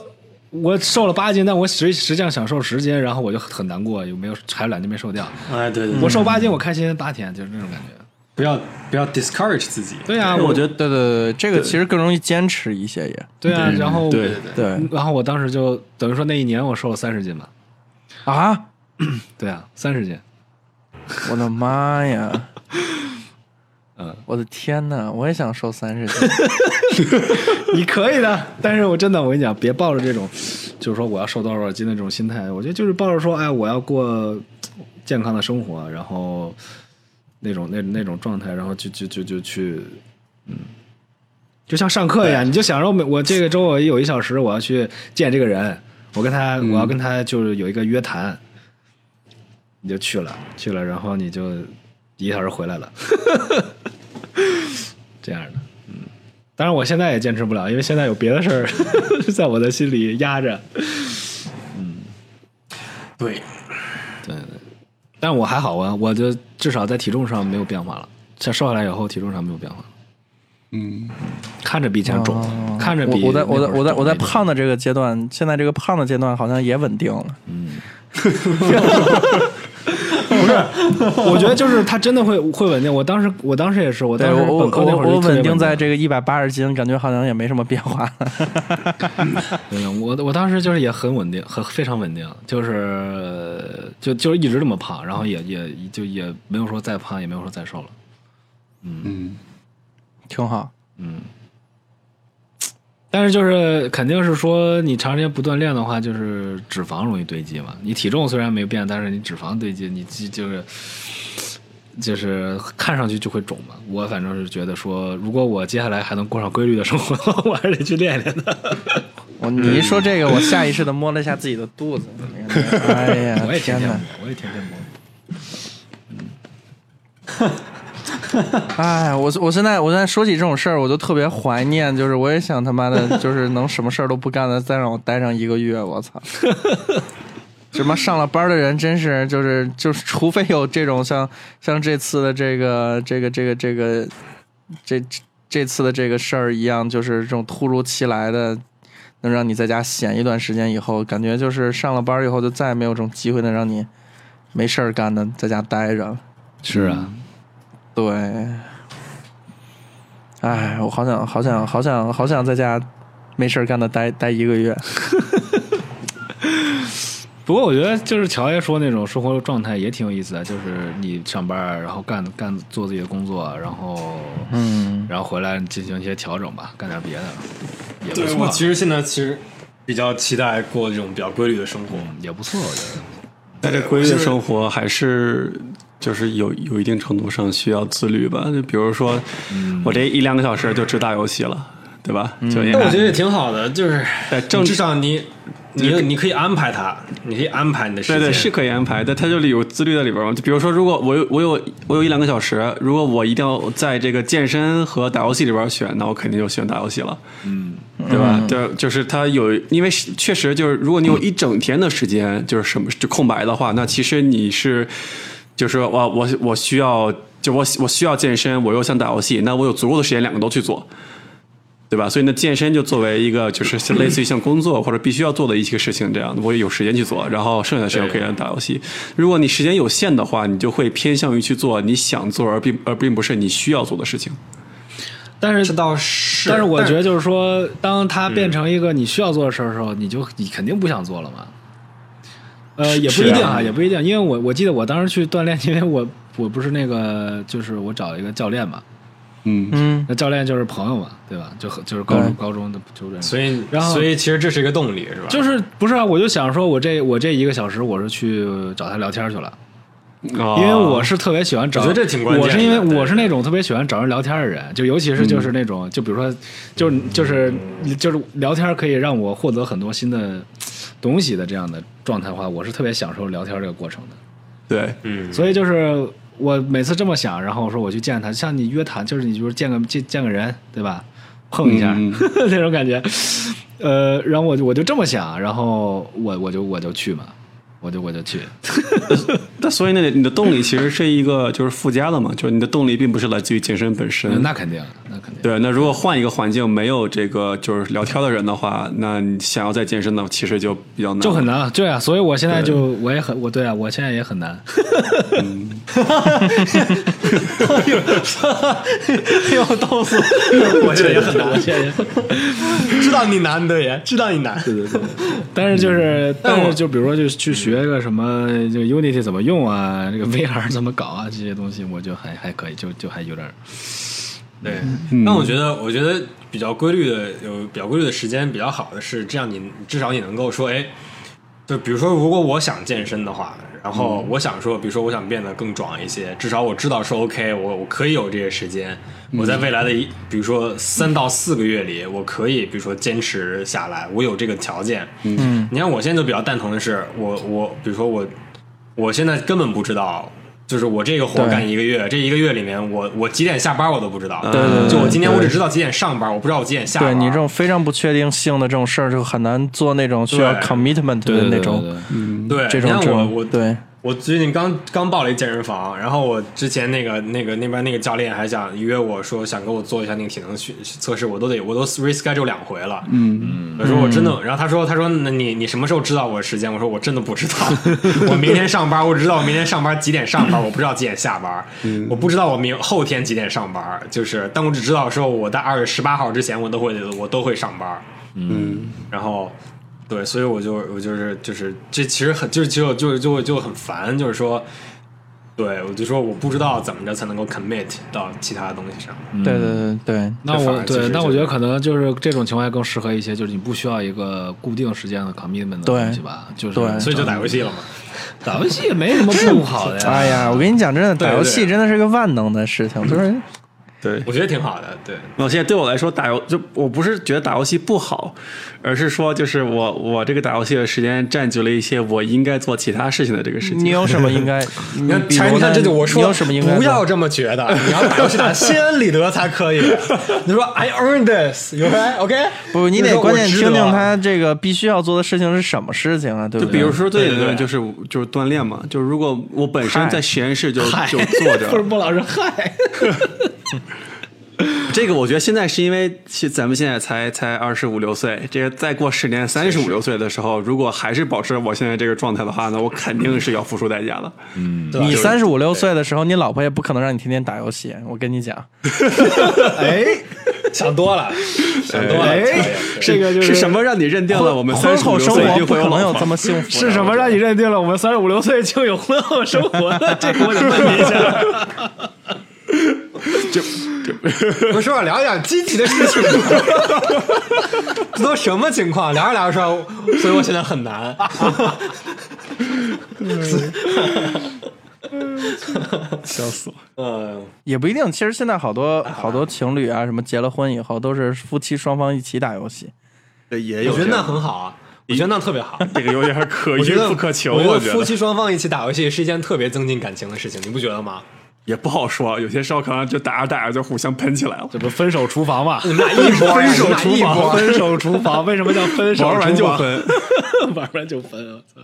我瘦了八斤，但我实实际上想瘦十斤，然后我就很难过，有没有还有两斤没瘦掉？哎，嗯对对我对，瘦八斤，我开心八天，就是那种感觉。不要不要 discourage 自己。对啊，我得觉得对对对，这个其实更容易坚持一些也。对啊，然后对对嗯对然后我当时就等于说那一年我瘦了三十斤嘛，啊，对啊，三十斤。 [LAUGHS] 我的妈呀！ [LAUGHS] 嗯，我的天呐，我也想瘦三 [LAUGHS] 十斤。你可以的，但是我真的，我跟你讲，别抱着这种，就是说我要瘦多少多少斤的这种心态。我觉得就是抱着说，哎，我要过健康的生活，然后那种那那种状态，然后就就就就去，嗯，就像上课一样，你就想着我每我这个周我有一小时，我要去见这个人，我跟他、我要跟他就是有一个约谈，你就去了去了，然后你就一个小时回来了， [LAUGHS] 这样的。嗯当然，我现在也坚持不了，因为现在有别的事儿 [LAUGHS] 在我的心里压着。嗯对，但我还好啊，我就至少在体重上没有变化了。像瘦下来以后，体重上没有变化了。嗯，看着比以前肿，看着比哦我我在我在那会儿我在我肿在一点胖的这个阶段，现在这个胖的阶段好像也稳定了。我觉得就是它真的会会稳定。我当时我当时也是，我当对时我我本科那我会儿就我特别稳定在了这个一百八十斤，感觉好像也没什么变化。 [LAUGHS] 对我我当时就是也很稳定，很非常稳定，就是呃就就是一直这么胖，然后也也就也没有说再胖，也没有说再瘦了。挺好。嗯但是就是肯定是说，你长时间不锻炼的话，就是脂肪容易堆积嘛。你体重虽然没变，但是你脂肪堆积，你就就是就是看上去就会肿嘛。我反正是觉得说，如果我接下来还能过上规律的生活， [LAUGHS] 我还是得去练一练的。我你一说这个，我下意识的摸了一下自己的 [LAUGHS] 肚子。哎呀，我也天天天摸哪！，我也天天摸。哎，我我现在我现在说起这种事儿，我就特别怀念，就是我也想他妈的，就是能什么事儿都不干的，再让我待上一个月，我操！什么上了班的人真是就是就是，除非有这种像像这次的这个这个这个这个这这次的这个事儿一样，就是这种突如其来的，能让你在家闲一段时间以后，感觉就是上了班以后就再也没有这种机会能让你没事儿干的在家待着了。是啊，对，哎，我好想，好想，好想，好想在家没事儿干的待待一个月。不过我觉得就是乔爷说那种生活状态也挺有意思的，就是你上班，然后干干做自己的工作，然后嗯，然后回来进行一些调整吧，干点别的也不对错我。其实现在其实比较期待过这种比较规律的生活。嗯也不错，我觉得。但这规律的生活还是就是有有一定程度上需要自律吧。就比如说，嗯我这一两个小时就只打游戏了，对吧？就也但我觉得也挺好的，就是哎正至少你你你可以安排它，你可以安排你的时对间。对是可以安排，但它就有自律在里边嘛。就比如说，如果我有我有我有一两个小时，如果我一定要在这个健身和打游戏里边选，那我肯定就选打游戏了，嗯，对吧？对，就是它有，因为是确实就是，如果你有一整天的时间就是什么就空白的话，那其实你是就是我我我需要就我我需要健身，我又想打游戏，那我有足够的时间两个都去做。对吧？所以呢，健身就作为一个就是像类似于像工作或者必须要做的一些事情，这样我有时间去做，然后剩下的时间我可以让打游戏。如果你时间有限的话，你就会偏向于去做你想做而并而并不是你需要做的事情。但这是，倒是，但是我觉得就是说，当它变成一个你需要做的事儿的时候，你就你肯定不想做了嘛。呃，也不一定啊，也不一定，因为我我记得我当时去锻炼，因为我我不是那个，就是我找一个教练嘛，嗯，嗯，那教练就是朋友嘛，对吧？就很就是高中高中的就这，所以然后所以其实这是一个动力，是吧？就是不是啊？我就想说，我这我这一个小时我是去找他聊天去了，因因为我是特别喜欢找，哦我觉得这挺关键的我是因为我是对嗯那种特别喜欢找人聊天的人，就尤其是就是那种，就比如说，就是就是就是聊天可以让我获得很多新的东西的这样的状态的话，我是特别享受聊天这个过程的。对，嗯，所以就是我每次这么想，然后我说我去见他，像你约谈，就是你就是见个见见个人，对吧？碰一下、嗯 [LAUGHS] 那种感觉。呃，然后我就我就这么想，然后我我就我就去嘛，我就我就去。那所以呢，你的动力其实是一个就是附加的嘛，就是你的动力并不是来自于健身本身。那肯定，那肯定。对，那如果换一个环境，没有这个就是聊天的人的话，那你想要再健身呢，其实就比较难，就很难啊，对啊，所以我现在就我也很我对啊，我现在也很难，又逗死 [LAUGHS] 我！我觉得也很 [LAUGHS] 难，现在也很难知道你难的也知道你难。对对对，但是就是但是就比如说就去学个什么这个 Unity 怎么用啊，这个 VR 怎么搞啊这些东西，我就还还可以，就就还有点儿对，但我觉得，我觉得比较规律的，有比较规律的时间比较好的是，这样你至少你能够说，哎，就比如说，如果我想健身的话，然后我想说，比如说我想变得更壮一些，至少我知道说，OK，我我可以有这些时间，我在未来的一，比如说三到四个月里，我可以，比如说坚持下来，我有这个条件。嗯，你看我现在就比较蛋疼的是，我我比如说我我现在根本不知道，就是我这个活干一个月，这一个月里面我，我几点下班我都不知道。对对对就我今天我只知道几点上班，我不知道我几点下对班。你这种非常不确定性的这种事儿，就很难做那种需要对 commitment 的那种对对对对，这种你这看我种我对。我最近刚刚报了一健身房，然后我之前那个那个那边那个教练还想约我说想给我做一下那个体能训测试，我都得我都 reschedule 两回了。嗯，我说我真的，然后他说他说那你你什么时候知道我的时间？我说我真的不知道，我明天上班，我只知道我明天上班几点上班，我不知道几点下班，我不知道我明后天几点上班，就是但我只知道说我在二月十八号之前我都会我都会上班。嗯，然后对，所以我就我就是就是这其实很就是就就就就很烦，就是说，对我就说我不知道怎么着才能够 commit 到其他东西上。对对对对，那这反我而其实对，那就我觉得可能就是这种情况下更适合一些，就是你不需要一个固定时间的 commitment 的对东西吧，就是对所以就打游戏了嘛，打游戏也没什么不好的呀。哎呀，我跟你讲，真的对打游戏对真的是个万能的事情，就是对。我觉得挺好的。对，嗯我现在对我来说，打游就我不是觉得打游戏不好，而是说就是我我这个打游戏的时间占据了一些我应该做其他事情的这个时你间。有什么应该，你 [LAUGHS] 你比看，如你呢看，这就我说你有什么应该做，不要这么觉得，你要打游戏 [LAUGHS] 打心安理得才可以。你说 I earn this，有 OK？不，你就得说我啊关键值听得听他这个必须要做的事情是什么事情啊，对不就对？比如说最对简对单的对就是就是锻炼嘛，就是如果我本身嗨在实验室就就坐着，不是莫老师，嗨， [LAUGHS] 这个我觉得现在是因为是咱们现在才才二十五六岁，这个再过十年三十五六岁的时候，如果还是保持我现在这个状态的话，那我肯定是要付出代价的。对吧你就是三十五六岁的时候，你老婆也不可能让你天天打游戏，我跟你讲，哎，想多了，想多了。哎，这个就是什么让你认定了我们婚三十五后六生岁一活定不会可能老有婆这么幸福的。是什么让你认定了我们三十五六岁就有婚后生活的？这个我得问你一下。就我说聊点积极的事情 [LAUGHS] 吧，这都什么情况？聊着聊着说，所以我现在很难。笑死我！嗯，也不一定。其实现在好多好多情侣啊，什么结了婚以后都是夫妻双方一起打游戏。对，也我有觉得这那样很好啊，我觉得那特别好。这个有点可我遇觉得不可求，我我觉得夫妻双方一起打游戏是一件特别增进感情的事情，你不觉得吗？也不好说，有些时候可能就打着打着就互相喷起来了这。不分手厨房 [LAUGHS] 嘛？你们俩一波呀，分手你们俩厨一房波。分手厨房为什么叫分手？玩完就，分， [LAUGHS] 玩完就分。啊我操！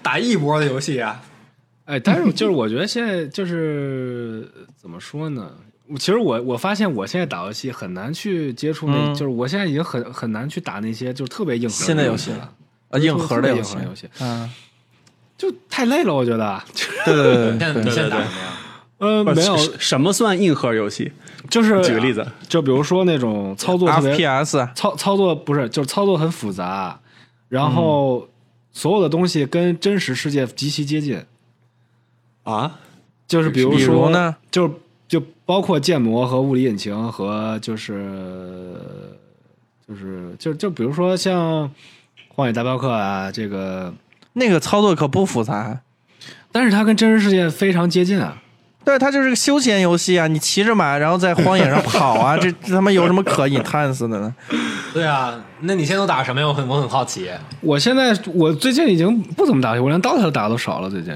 打一波的游戏啊， [LAUGHS] 哎，但是就是我觉得现在就是怎么说呢？我其实我我发现我现在打游戏很难去接触那，嗯就是我现在已经很很难去打那些就是特别硬核新的游戏戏了，啊，硬核特的别游硬戏核，游戏嗯，就太累了，我觉得。啊对对对现在对你对，现在打什么呀？ [LAUGHS] 呃， [LAUGHS] 没有，啊什什么算硬核游戏？就是举个例子，就比如说那种操作特别 FPS 啊操操作不是，就是操作很复杂，然后所有的东西跟真实世界极其接近，啊，就是比如比如说呢，就是就包括建模和物理引擎和就是就是就就比如说像《荒野大镖客》啊，这个，那个操作可不复杂，啊但是它跟真实世界非常接近啊。但是它就是个休闲游戏啊，你骑着马然后在荒野上跑啊，这这他妈有什么可以探索的呢？对啊，那你现在都打什么呀？我很我很好奇。我现在我最近已经不怎么打游戏，我连 DOTA 打都少了，最近。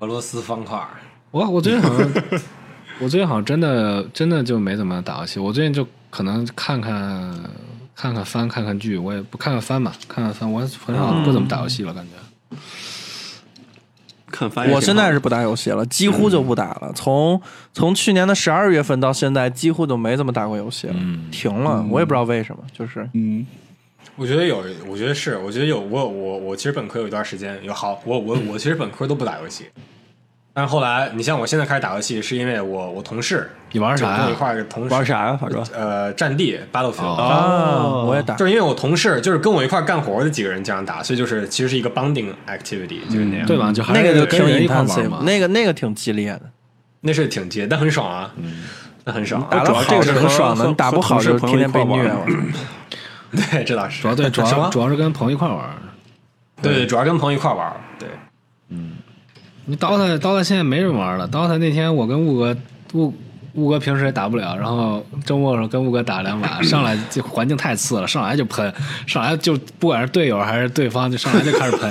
俄罗斯方块儿，我我最近好像，我最近好像真的真的就没怎么打游戏。我最近就可能看看看看番，看看剧，我也不看看番吧，看看番。我很少嗯不怎么打游戏了，感觉。看翻译。我现在是不打游戏了，几乎就不打了。从从去年的十二月份到现在，几乎就没怎么打过游戏了，停了。我也不知道为什么，就是嗯，我觉得有，我觉得是，我觉得有。我我我其实本科有一段时间有好，我我嗯我其实本科都不打游戏，但是后来你像我现在开始打游戏，是因为我我同事你玩就啥哦跟我一呀、块儿同事玩啥呀，法哥？呃，战地 Battlefield，、啊，我也哦打。就是因为我同事就是跟我一块儿干活的几个人这样打，所以就是其实是一个 bonding activity，就是那样，嗯对吧？就还嗯那是个就跟挺人一块玩 intensive，嘛。那个那个挺激烈的，那是挺接，但很爽啊，嗯那很爽、打啊。得主要这好个是是很和爽的，和你打不好和同就事天天被朋虐友一块了玩。 [LAUGHS] 对，这倒是。主 [LAUGHS] 要对，主什要么主要是跟朋友一块玩。对对，主要跟朋友一块儿玩儿。对，你 DOTA DOTA 现在没人玩了。DOTA 那天我跟雾哥雾雾哥平时也打不了，然后周末的时候跟雾哥打两把，上来就环境太次了，上来就喷，上来就不管是队友还是对方，就上来就开始喷。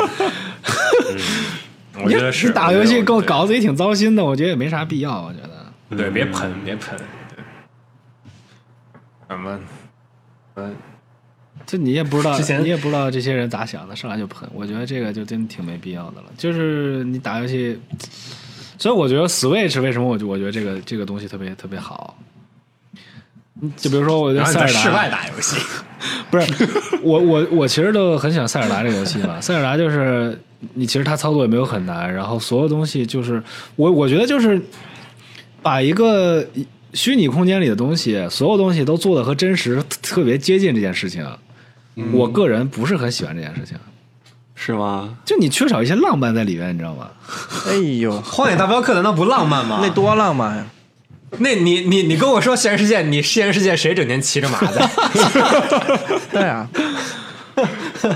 我觉得是你打游戏够够搞得也挺糟心的，我觉得也没啥必要，我觉得。对，别喷，别喷。对，什么？嗯，就你也不知道之，前你也不知道这些人咋想的，上来就喷，我觉得这个就真挺没必要的了。就是你打游戏，所以我觉得 Switch 为什么我就我觉得这个这个东西特别特别好。嗯就比如说，我觉然得后你塞在尔达室外打游戏，不是 [LAUGHS] 我我我其实都很喜欢塞尔达这个游戏嘛。塞尔达就是你其实它操作也没有很难，然后所有东西就是我我觉得就是把一个虚拟空间里的东西，所有东西都做的和真实特特别接近这件事情，啊嗯我个人不是很喜欢这件事情。是吗？就你缺少一些浪漫在里面，你知道吗？哎呦， 《 [LAUGHS] 荒野大镖客》难道不浪漫吗？那多浪漫呀！那你你你跟我说现实世界，你现实世界谁整天骑着马 [LAUGHS] 在？对啊，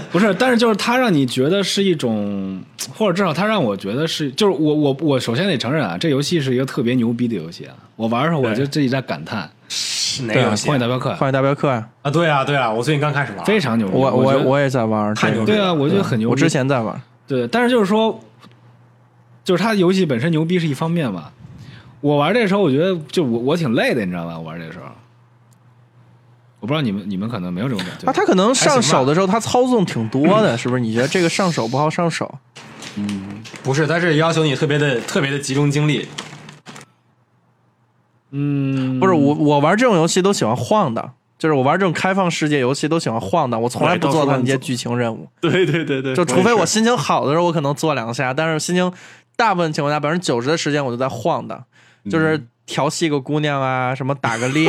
不是，但是就是它让你觉得是一种，或者至少它让我觉得是，就是我我我首先得承认啊，这游戏是一个特别牛逼的游戏啊！我玩的时候我就自己在感叹，是哪对个啊游《戏荒野大啊？镖客《荒》野大镖客》啊，啊，对啊对啊，我最近刚开始玩，非常牛逼，我觉我得我也在玩，太这牛逼个对了啊，我觉得很牛逼。我之前在玩，对，但是就是说，就是它游戏本身牛逼是一方面嘛。我玩这时候，我觉得就我我挺累的，你知道吧？我玩这时候，我不知道你们你们可能没有这种感觉啊，他可能上手的时候他操纵挺多的，是不是？你觉得这个上手不好上手？不是，它是要求你特别的特别的集中精力。嗯，不是我，我玩这种游戏都喜欢晃荡，就是我玩这种开放世界游戏都喜欢晃荡，我从来不做他那些剧情任务，对对对对，就除也非是我心情好的时候，我可能做两下，但是心情大部分情况下百分之九十的时间我就在晃荡，嗯就是调戏个姑娘啊，什么打个猎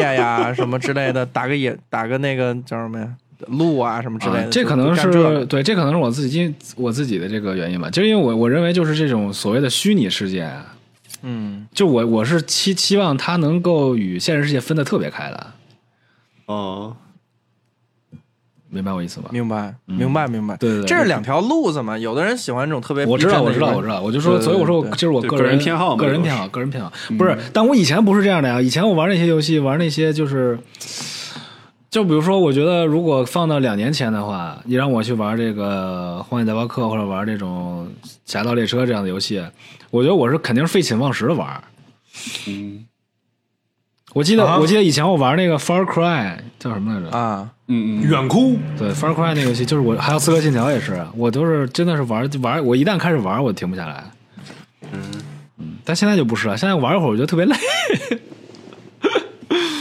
[LAUGHS] 呀、什么之类的，打个野，打个那个叫什么呀，鹿啊什么之类的，啊这可能就干这是个对，这可能是我自己因我自己的这个原因吧，就是因为我我认为就是这种所谓的虚拟世界啊，嗯，就我我是期期望它能够与现实世界分得特别开的，哦，明白我意思吗？明白，明白，明白。嗯对对对这是两条路子嘛。有的人喜欢这种特别，我知道，我知道，我知道。道，我就说，对所以我说，我对就是我对个个人人偏好嘛个人都嗯偏好，个人偏好，不是。但我以前不是这样的呀，以前我玩那些游戏，玩那些就是，就比如说，我觉得如果放到两年前的话，你让我去玩这个《荒野大镖客》或者玩这种《侠盗猎车》这样的游戏，我觉得我是肯定是废寝忘食的玩。嗯我记得，啊我记得以前我玩那个《Far Cry》叫什么来着？啊，嗯嗯，远哭，对，《Far Cry》那游戏就是我，还有《刺客信条》也是，我都是真的是玩玩，我一旦开始玩，我停不下来。嗯但现在就不是了，现在玩一会儿我觉得特别累。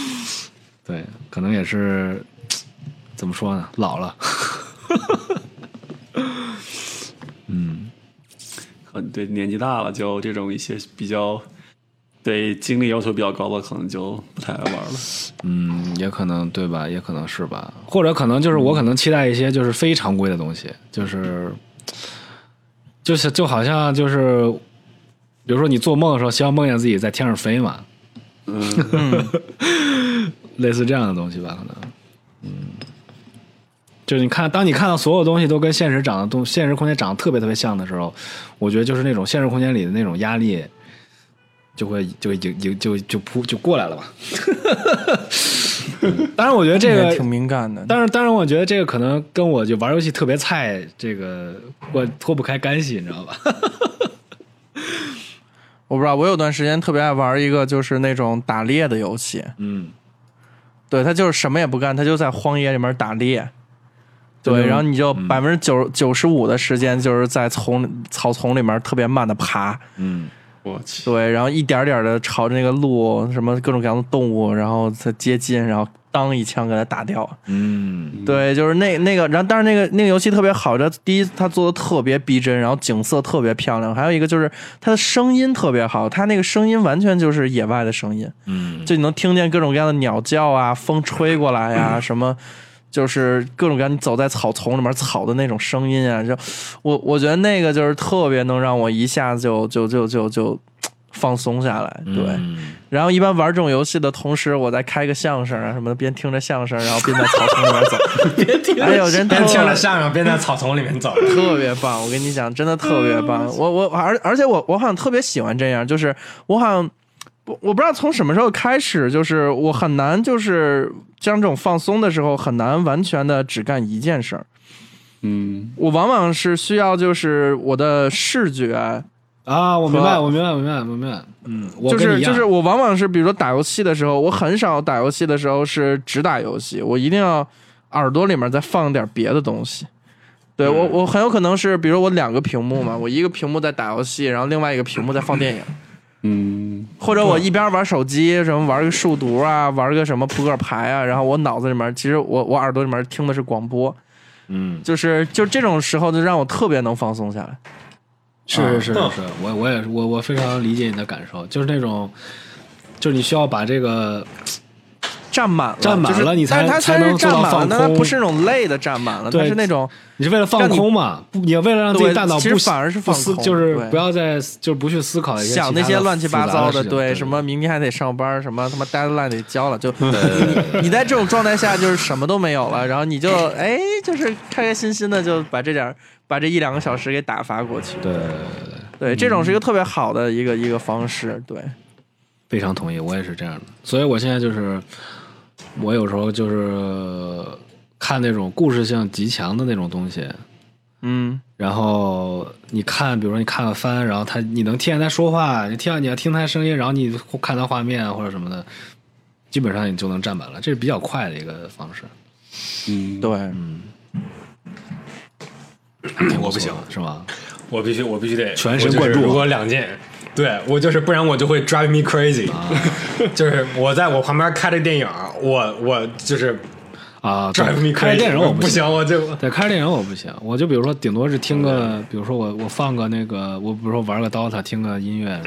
[LAUGHS] 对，可能也是怎么说呢，老了。很对，年纪大了就这种一些比较对精力要求比较高的，可能就不太爱玩了。嗯，也可能对吧？也可能是吧，或者可能就是我可能期待一些就是非常规的东西，就是就是就好像就是，比如说你做梦的时候，希望梦见自己在天上飞嘛，嗯， [LAUGHS] 类似这样的东西吧，可能，嗯，就是你看，当你看到所有东西都跟现实长得东，现实空间长得特别特别像的时候，我觉得就是那种现实空间里的那种压力，就会就就就就就扑就过来 [LAUGHS] 了吧。 [LAUGHS] 嗯当然，我觉得这也挺个，敏感的。当然，当然，我觉得这个可能跟我就玩游戏特别菜这个我脱不开干系，你知道吧？我不知道，我有段时间特别爱玩一个就是那种打猎的游戏，嗯，对他就是什么也不干，他就在荒野里面打猎。对，对嗯然后你就百分之九九十五的时间就是在丛草丛里面特别慢的爬，我去，对，然后一点点的朝着那个路什么各种各样的动物，然后再接近，然后当一枪给它打掉。嗯，对，就是那那个，然后但是那个那个游戏特别好，它第一它做的特别逼真，然后景色特别漂亮，还有一个就是它的声音特别好，它那个声音完全就是野外的声音，嗯，就你能听见各种各样的鸟叫啊，风吹过来呀、什么。就是各种各样，你走在草丛里面草的那种声音啊，就我我觉得那个就是特别能让我一下就就就就就放松下来，对。然后一般玩这种游戏的同时，我再开个相声啊什么的，边听着相声，然后边在草丛里面走。哎呦，真特 [LAUGHS] 边听着相声边在草丛里面走。特别棒！我跟你讲，真的特别棒。我我而而且我我好像特别喜欢这样，就是我好像我我不知道从什么时候开始，就是我很难就是像这种放松的时候，很难完全的只干一件事儿。嗯，我往往是需要就是我的视觉，啊，我明白，和我明白，我明白，我明白，嗯，我就跟是你一样就是，我往往是比如说打游戏的时候，我很少打游戏的时候是只打游戏，我一定要耳朵里面再放点别的东西。对我嗯我很有可能是比如我两个屏幕嘛，我一个屏幕在打游戏，然后另外一个屏幕在放电影，嗯，或者我一边玩手机什么玩个数独啊，玩个什么扑克牌啊，然后我脑子里面其实我我耳朵里面听的是广播，嗯，就是就这种时候就让我特别能放松下来。是是是是是，我我也是我我非常理解你的感受，就是那种，就是你需要把这个，占满了，占满了就是你才但它才它是能做到占满了放但它空不是那种累的占满了，它对是那种你是为了放空嘛，不你为了让自己对大脑其实不反而是放不思空就是对不要再就是不去思考一些想呃其他那些乱七八糟复杂的事情，对对什么明天还得上班，什么他妈 deadline 得交了，就你在这种状态下就是什么都没有了，然后你就哎就是开开心心的就把这点儿把这一两个小时给打发过去，对，对，这种是一个嗯特别好的一个一个方式，对，非常同意，我也是这样的，所以我现在就是，我有时候就是看那种故事性极强的那种东西，嗯，然后你看，比如说你看个番，然后他你能听见他说话，你听到你要听他声音，然后你看他画面或者什么的，基本上你就能占满了，这是比较快的一个方式，嗯，对，我不行，是吗？我必须我必须得全神贯注啊我就是如果两件，对我就是不然我就会 drive me crazy，、就是啊 [LAUGHS] 我在我旁边开着电影，我我就是啊，对 drive me crazy，开着电影我嗯不行，我就对，开着电影我不行，我就比如说顶多是听个，比如说我我放个那个，我比如说玩个 DOTA，听个音乐，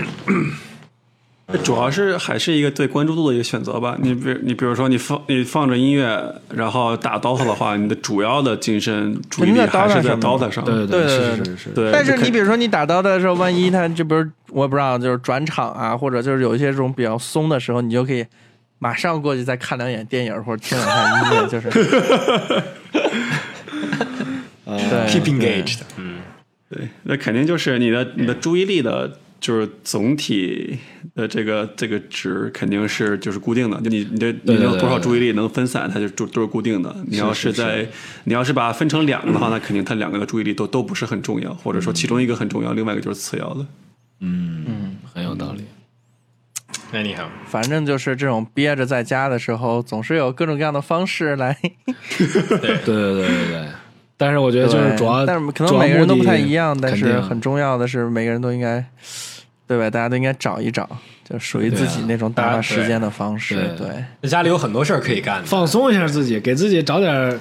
主要是还是一个对关注度的一个选择吧。你比你比如说你放你放着音乐，然后打 DOTA 的话，你的主要的精神注意力肯定在还 DOTA 是在上面 DOTA 上。对对对对是对是是是，对，但是呃就你比如说你打刀的时候，万一他这不是我也不知道，就是转场啊，或者就是有一些这种比较松的时候，你就可以马上过去再看两眼电影或者听两下音乐， [LAUGHS] 就是 [LAUGHS] 对 keep engaged，对，那肯定就是你的你的注意力的，就是总体的这个这个值肯定是就是固定的，就你你对的你对有对多少对注意力能分散，它就都都是固定的。你要是在你要是把它分成两个的话，那肯定它两个的注意力都都不是很重要，或者说其中一个很重要，另外一个就是次要的。嗯很有道理。 anyhow，反正就是这种憋着在家的时候，总是有各种各样的方式来，对对对对 [LAUGHS] 对。但是我觉得就是主要，但是可主能要每个人都目不的太一样，但肯是定很重要的是每个人都应该，对吧？大家都应该找一找，就属于自己那种打发时间的方式，啊对对。在家里有很多事儿可以干的。放松一下自己，给自己找点儿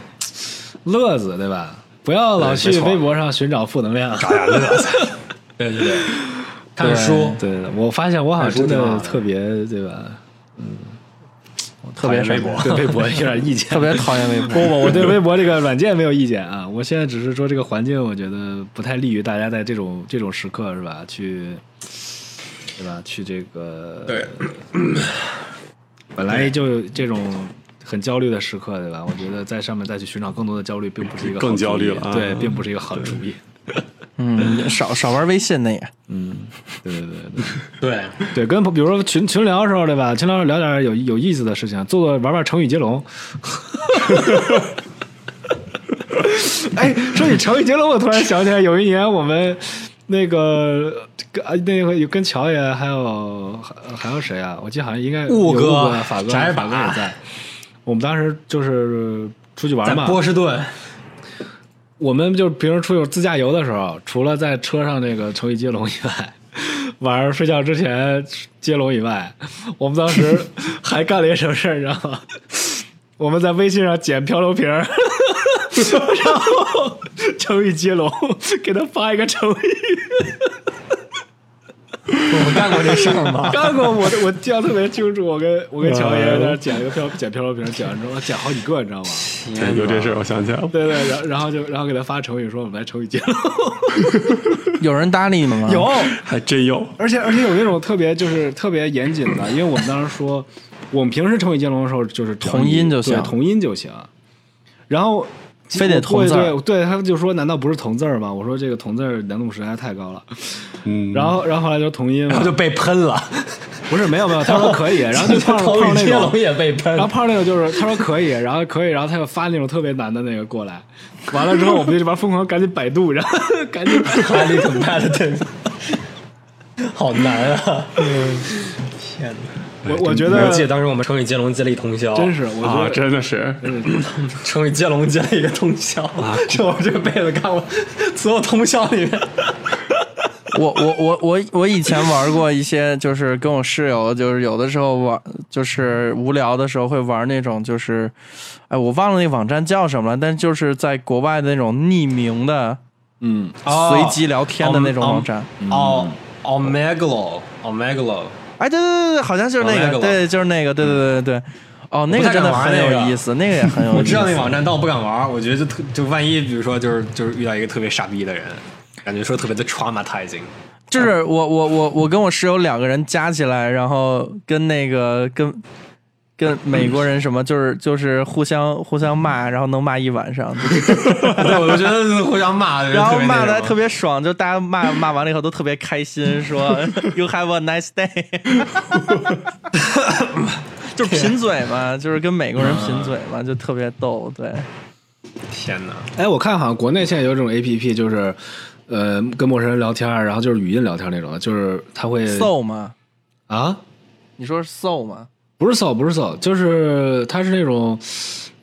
乐子，对吧？不要老去对没错微博上寻找负能量。对对对，看书， [LAUGHS] 对，我发现我好像真的特别，对吧？嗯，特别微博 [LAUGHS] 对微博有点意见。 [LAUGHS] 特别讨厌微不 [LAUGHS] 博，不，我对微博这个软件没有意见啊，我现在只是说这个环境，我觉得不太利于大家在这种这种时刻是吧？去，对吧？去这个对，本来就这种很焦虑的时刻，对吧？我觉得在上面再去寻找更多的焦虑，并不是一个好更主焦虑意了啊对，并不是一个好主意。嗯，少少玩微信那也，对对对对对， [LAUGHS] 对，跟比如说群群聊的时候，对吧？群聊聊点有有意思的事情，做做玩玩成语接龙。 [LAUGHS] 哎，说起成语接龙，我突然想起来，有一年我们那个跟啊那回有跟乔爷还有还还有谁啊？我记得好像应该有雾哥法哥、翟法哥把也在。我们当时就是出去玩在嘛，波士顿，我们就是平时出去自驾游的时候，除了在车上这个成语接龙以外，晚上睡觉之前接龙以外，我们当时 [LAUGHS] 还干了一个什么事儿，你知道吗？我们在微信上捡漂流瓶儿，然后成语接龙，给他发一个成语。我干过这事儿吗？ [LAUGHS] 干过我，我记得特别清楚。我跟我跟乔爷在那嗯儿捡一个漂捡漂流瓶儿，捡完之后捡好几个，你知道吗？对，有这事儿，我想起来了。对对，然后然后就然后给他发成语说我们来成语接 [LAUGHS] 龙，有人搭理你们吗？有。还哎真有，而且而且有那种特别就是特别严谨的，因为我们当时说，我们平时成语接龙的时候就是只要同音你就行对同音就行。然后非得同字儿对对对，他们就说难道不是同字儿吗？我说这个同字儿难度实在太高了。嗯，然后然后后来就同音 [LAUGHS] 然嘛后，就被喷了，不是没有没有，他说可以，然后就碰上头碰上与那接种龙。 [LAUGHS] 也被喷然后，胖那个就是他说可以，然后可以，然后他又发那种特别难的那个过来，完了之后我们就这边疯狂赶紧百度，然后赶紧 highly [LAUGHS] competitive，好难啊！天哪！我我觉我记得得当时我们成语接龙接了一通宵，真是，我觉啊，得真的是，成语接龙接了一个通宵，这我这辈子干过所有通宵里面。我我我我我以前玩过一些，就是跟我室友，就是有的时候玩，就是无聊的时候会玩那种，就是，哎，我忘了那网站叫什么了，但就是在国外的那种匿名的嗯。随机聊天的那种网站。哦，Omeglo，Omeglo，哦哎，对对对对，好像就是那哦那个个，吧对，就是那个，对对对对对。哦，那不个太真敢的玩很那个有意思，那个也很有意思。我知道那网站，但我不敢玩儿。我觉得就特就万一，比如说就是就是遇到一个特别傻逼的人，感觉说特别的 traumatizing。就是我我我我跟我室友两个人加起来，然后跟那个跟跟美国人什么，就是就是互相互相骂，然后能骂一晚上，对，我就觉得互相骂的人然后特别那骂的还种特别爽，就大家骂骂完了以后都特别开心，说 You have a nice day，就是贫嘴嘛，就是跟美国人贫嘴嘛，就特别逗，对，天哪！哎，我看好像国内现在有这种 A P P，就是呃跟陌生人聊天儿，然后就是语音聊天那种的，就是他会 so 嘛，啊，你说是 so 嘛，不是搜，不是搜，就是它是那种。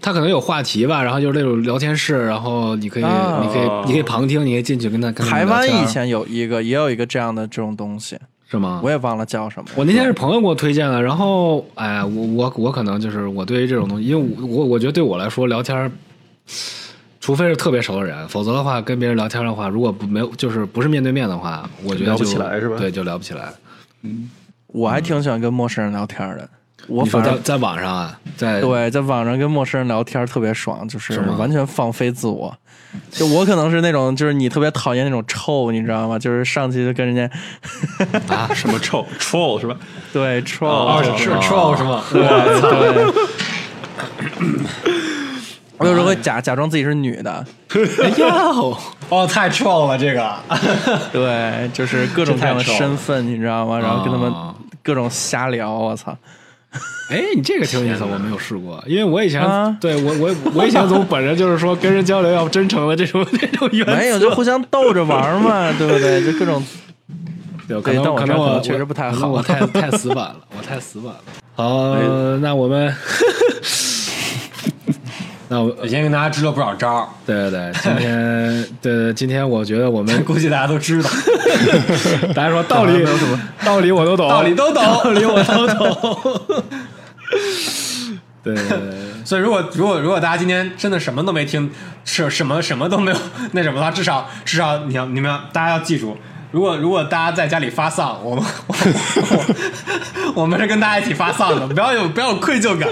它可能有话题吧，然后就是那种聊天室，然后你可以，啊你可以，你可以旁听，你可以进去跟他跟他台们聊湾天儿以前有一个也有一个这样的这种东西，是吗？我也忘了叫什么了。我那天是朋友给我推荐的，然后哎，我我我可能就是我对于这种东西，因为我我我觉得对我来说聊天儿，除非是特别熟的人，否则的话跟别人聊天的话，如果不没有就是不是面对面的话，我觉得聊不就起来是吧对，就聊不起来。我还挺喜欢跟陌生人聊天的。我你说反在正在网上啊，在对，在网上跟陌生人聊天特别爽，就是是吗完全放飞自我。就我可能是那种，就是你特别讨厌那种臭，你知道吗？就是上去就跟人家啊，什么 [LAUGHS] 臭 troll 是吧？对臭，哦， [LAUGHS] 是 troll 是吗？对对。我有时候会假假装自己是女的，哦，太 troll 了这个。对，就是各种各样的这太臭了身份，你知道吗？然后跟他啊们各种瞎聊，我操！哎，你这个挺有意思，我没有试过，因为我以前、啊对我我我以前总本着就是说跟人交流要真诚的这种 [LAUGHS] 这种原则，没有，就互相逗着玩儿嘛，对不对？就各种对，可对能但我可能这可能哎我确实不太可能好我 [LAUGHS] 太太死板了，我太死板了。好，那我们， [LAUGHS] 那我我先跟大家支了不少招儿，对对对，今天对对今天我觉得我们估计大家都知道， [LAUGHS] 大家说道理 [LAUGHS] 道理我都懂，道理都懂。我都懂。 [LAUGHS] 对对对，所以如果如果如果大家今天真的什么都没听，是什么什么都没有那什么的话，至少至少你要你们要大家要记住，如果如果大家在家里发丧，我们 [LAUGHS] 我我我们是跟大家一起发丧的，不要有不要有愧疚感，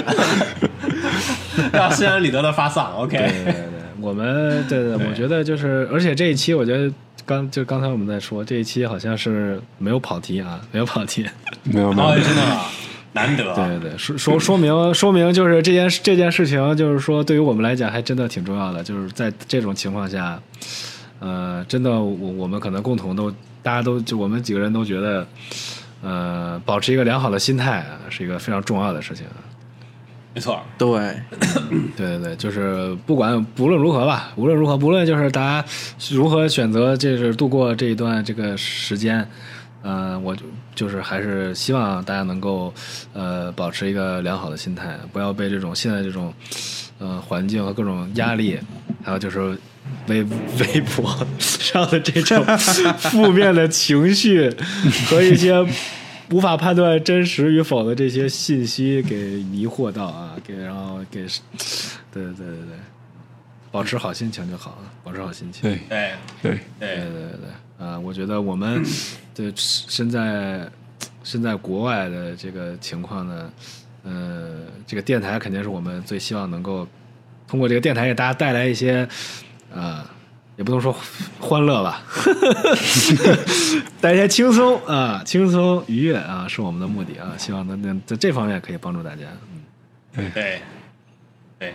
要心安理得的发丧对对，OK。对，我们对对，我觉得就是，而且这一期我觉得刚就刚才我们在说这一期好像是没有跑题啊，没有跑题。没有没哦，有，真的吗难得，啊对对对，说说说明说明就是这件事这件事情，就是说对于我们来讲还真的挺重要的，就是在这种情况下，呃，真的我我们可能共同都大家都就我们几个人都觉得，呃，保持一个良好的心态啊，是一个非常重要的事情啊。没错。对，对对对，就是不管不论如何吧，无论如何，不论就是大家如何选择，就是度过这一段这个时间，呃，我就就是还是希望大家能够呃保持一个良好的心态，不要被这种现在这种呃环境和各种压力，还有就是微 [LAUGHS] 微博上的这种负面的情绪和一些。无法判断真实与否的这些信息给迷惑到啊，给然后给，对对对对对，保持好心情就好了，保持好心情。对，对对对对对对，啊、我觉得我们对身在身在国外的这个情况呢，呃，这个电台肯定是我们最希望能够通过这个电台给大家带来一些，呃，也不能说欢乐吧， [LAUGHS] 带一些轻松啊、轻松愉悦啊，是我们的目的啊，希望能能在这方面可以帮助大家。嗯，对对，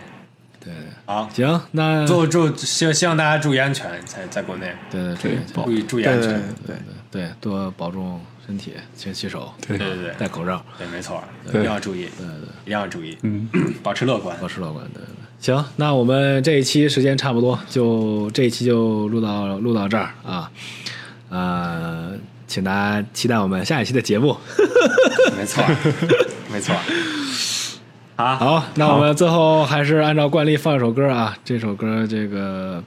对，好，行，那祝祝希希望大家注意安全，在在国内对对对注意注意对安对全，对，对，多保重身体，勤洗手，对对对对戴口罩。对，没错，一定要注意，对对。一定要注意，嗯， [CLEARS THROAT] 保持乐观保。持乐观，对对对。行，那我们这一期时间差不多，就这一期就录到录到这儿啊，呃，请大家期待我们下一期的节目。没错， [LAUGHS] 没错。好，好，那我们最后还是按照惯例放一首歌啊，这首歌这个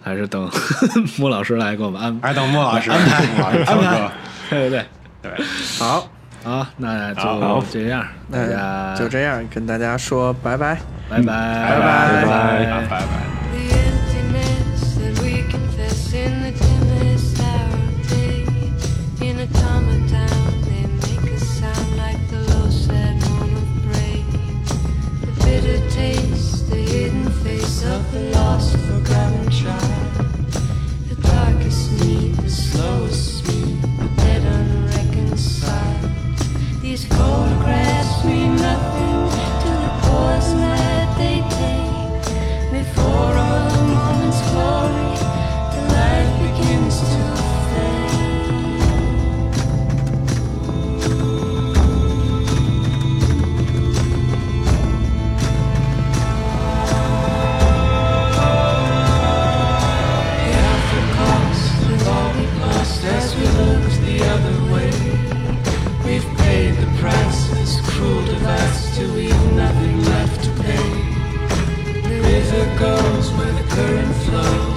还是等 [LAUGHS] 穆老师来给我们安排还等莫老师安排，莫老师安说排说，对对对。对，好，好，那就好这样，大那家嗯就这样跟大家说拜拜。拜拜，拜拜拜拜拜。 The emptiness that we confess in the dimmest hour of day. In automaton, they make a sound like the low sad moan of prey. The bitter taste, the hidden face of the lost forgotten child. The darkest need, the slowest speed, the dead unreconciled. These photographs mean nothing to the poison that they take. Before a moment's glory, the light begins to fade. The awful cost of all we've lost as we looked the other way. We've paid the price of this cruel device till we've nothing left to pay. The river goes where the current flows.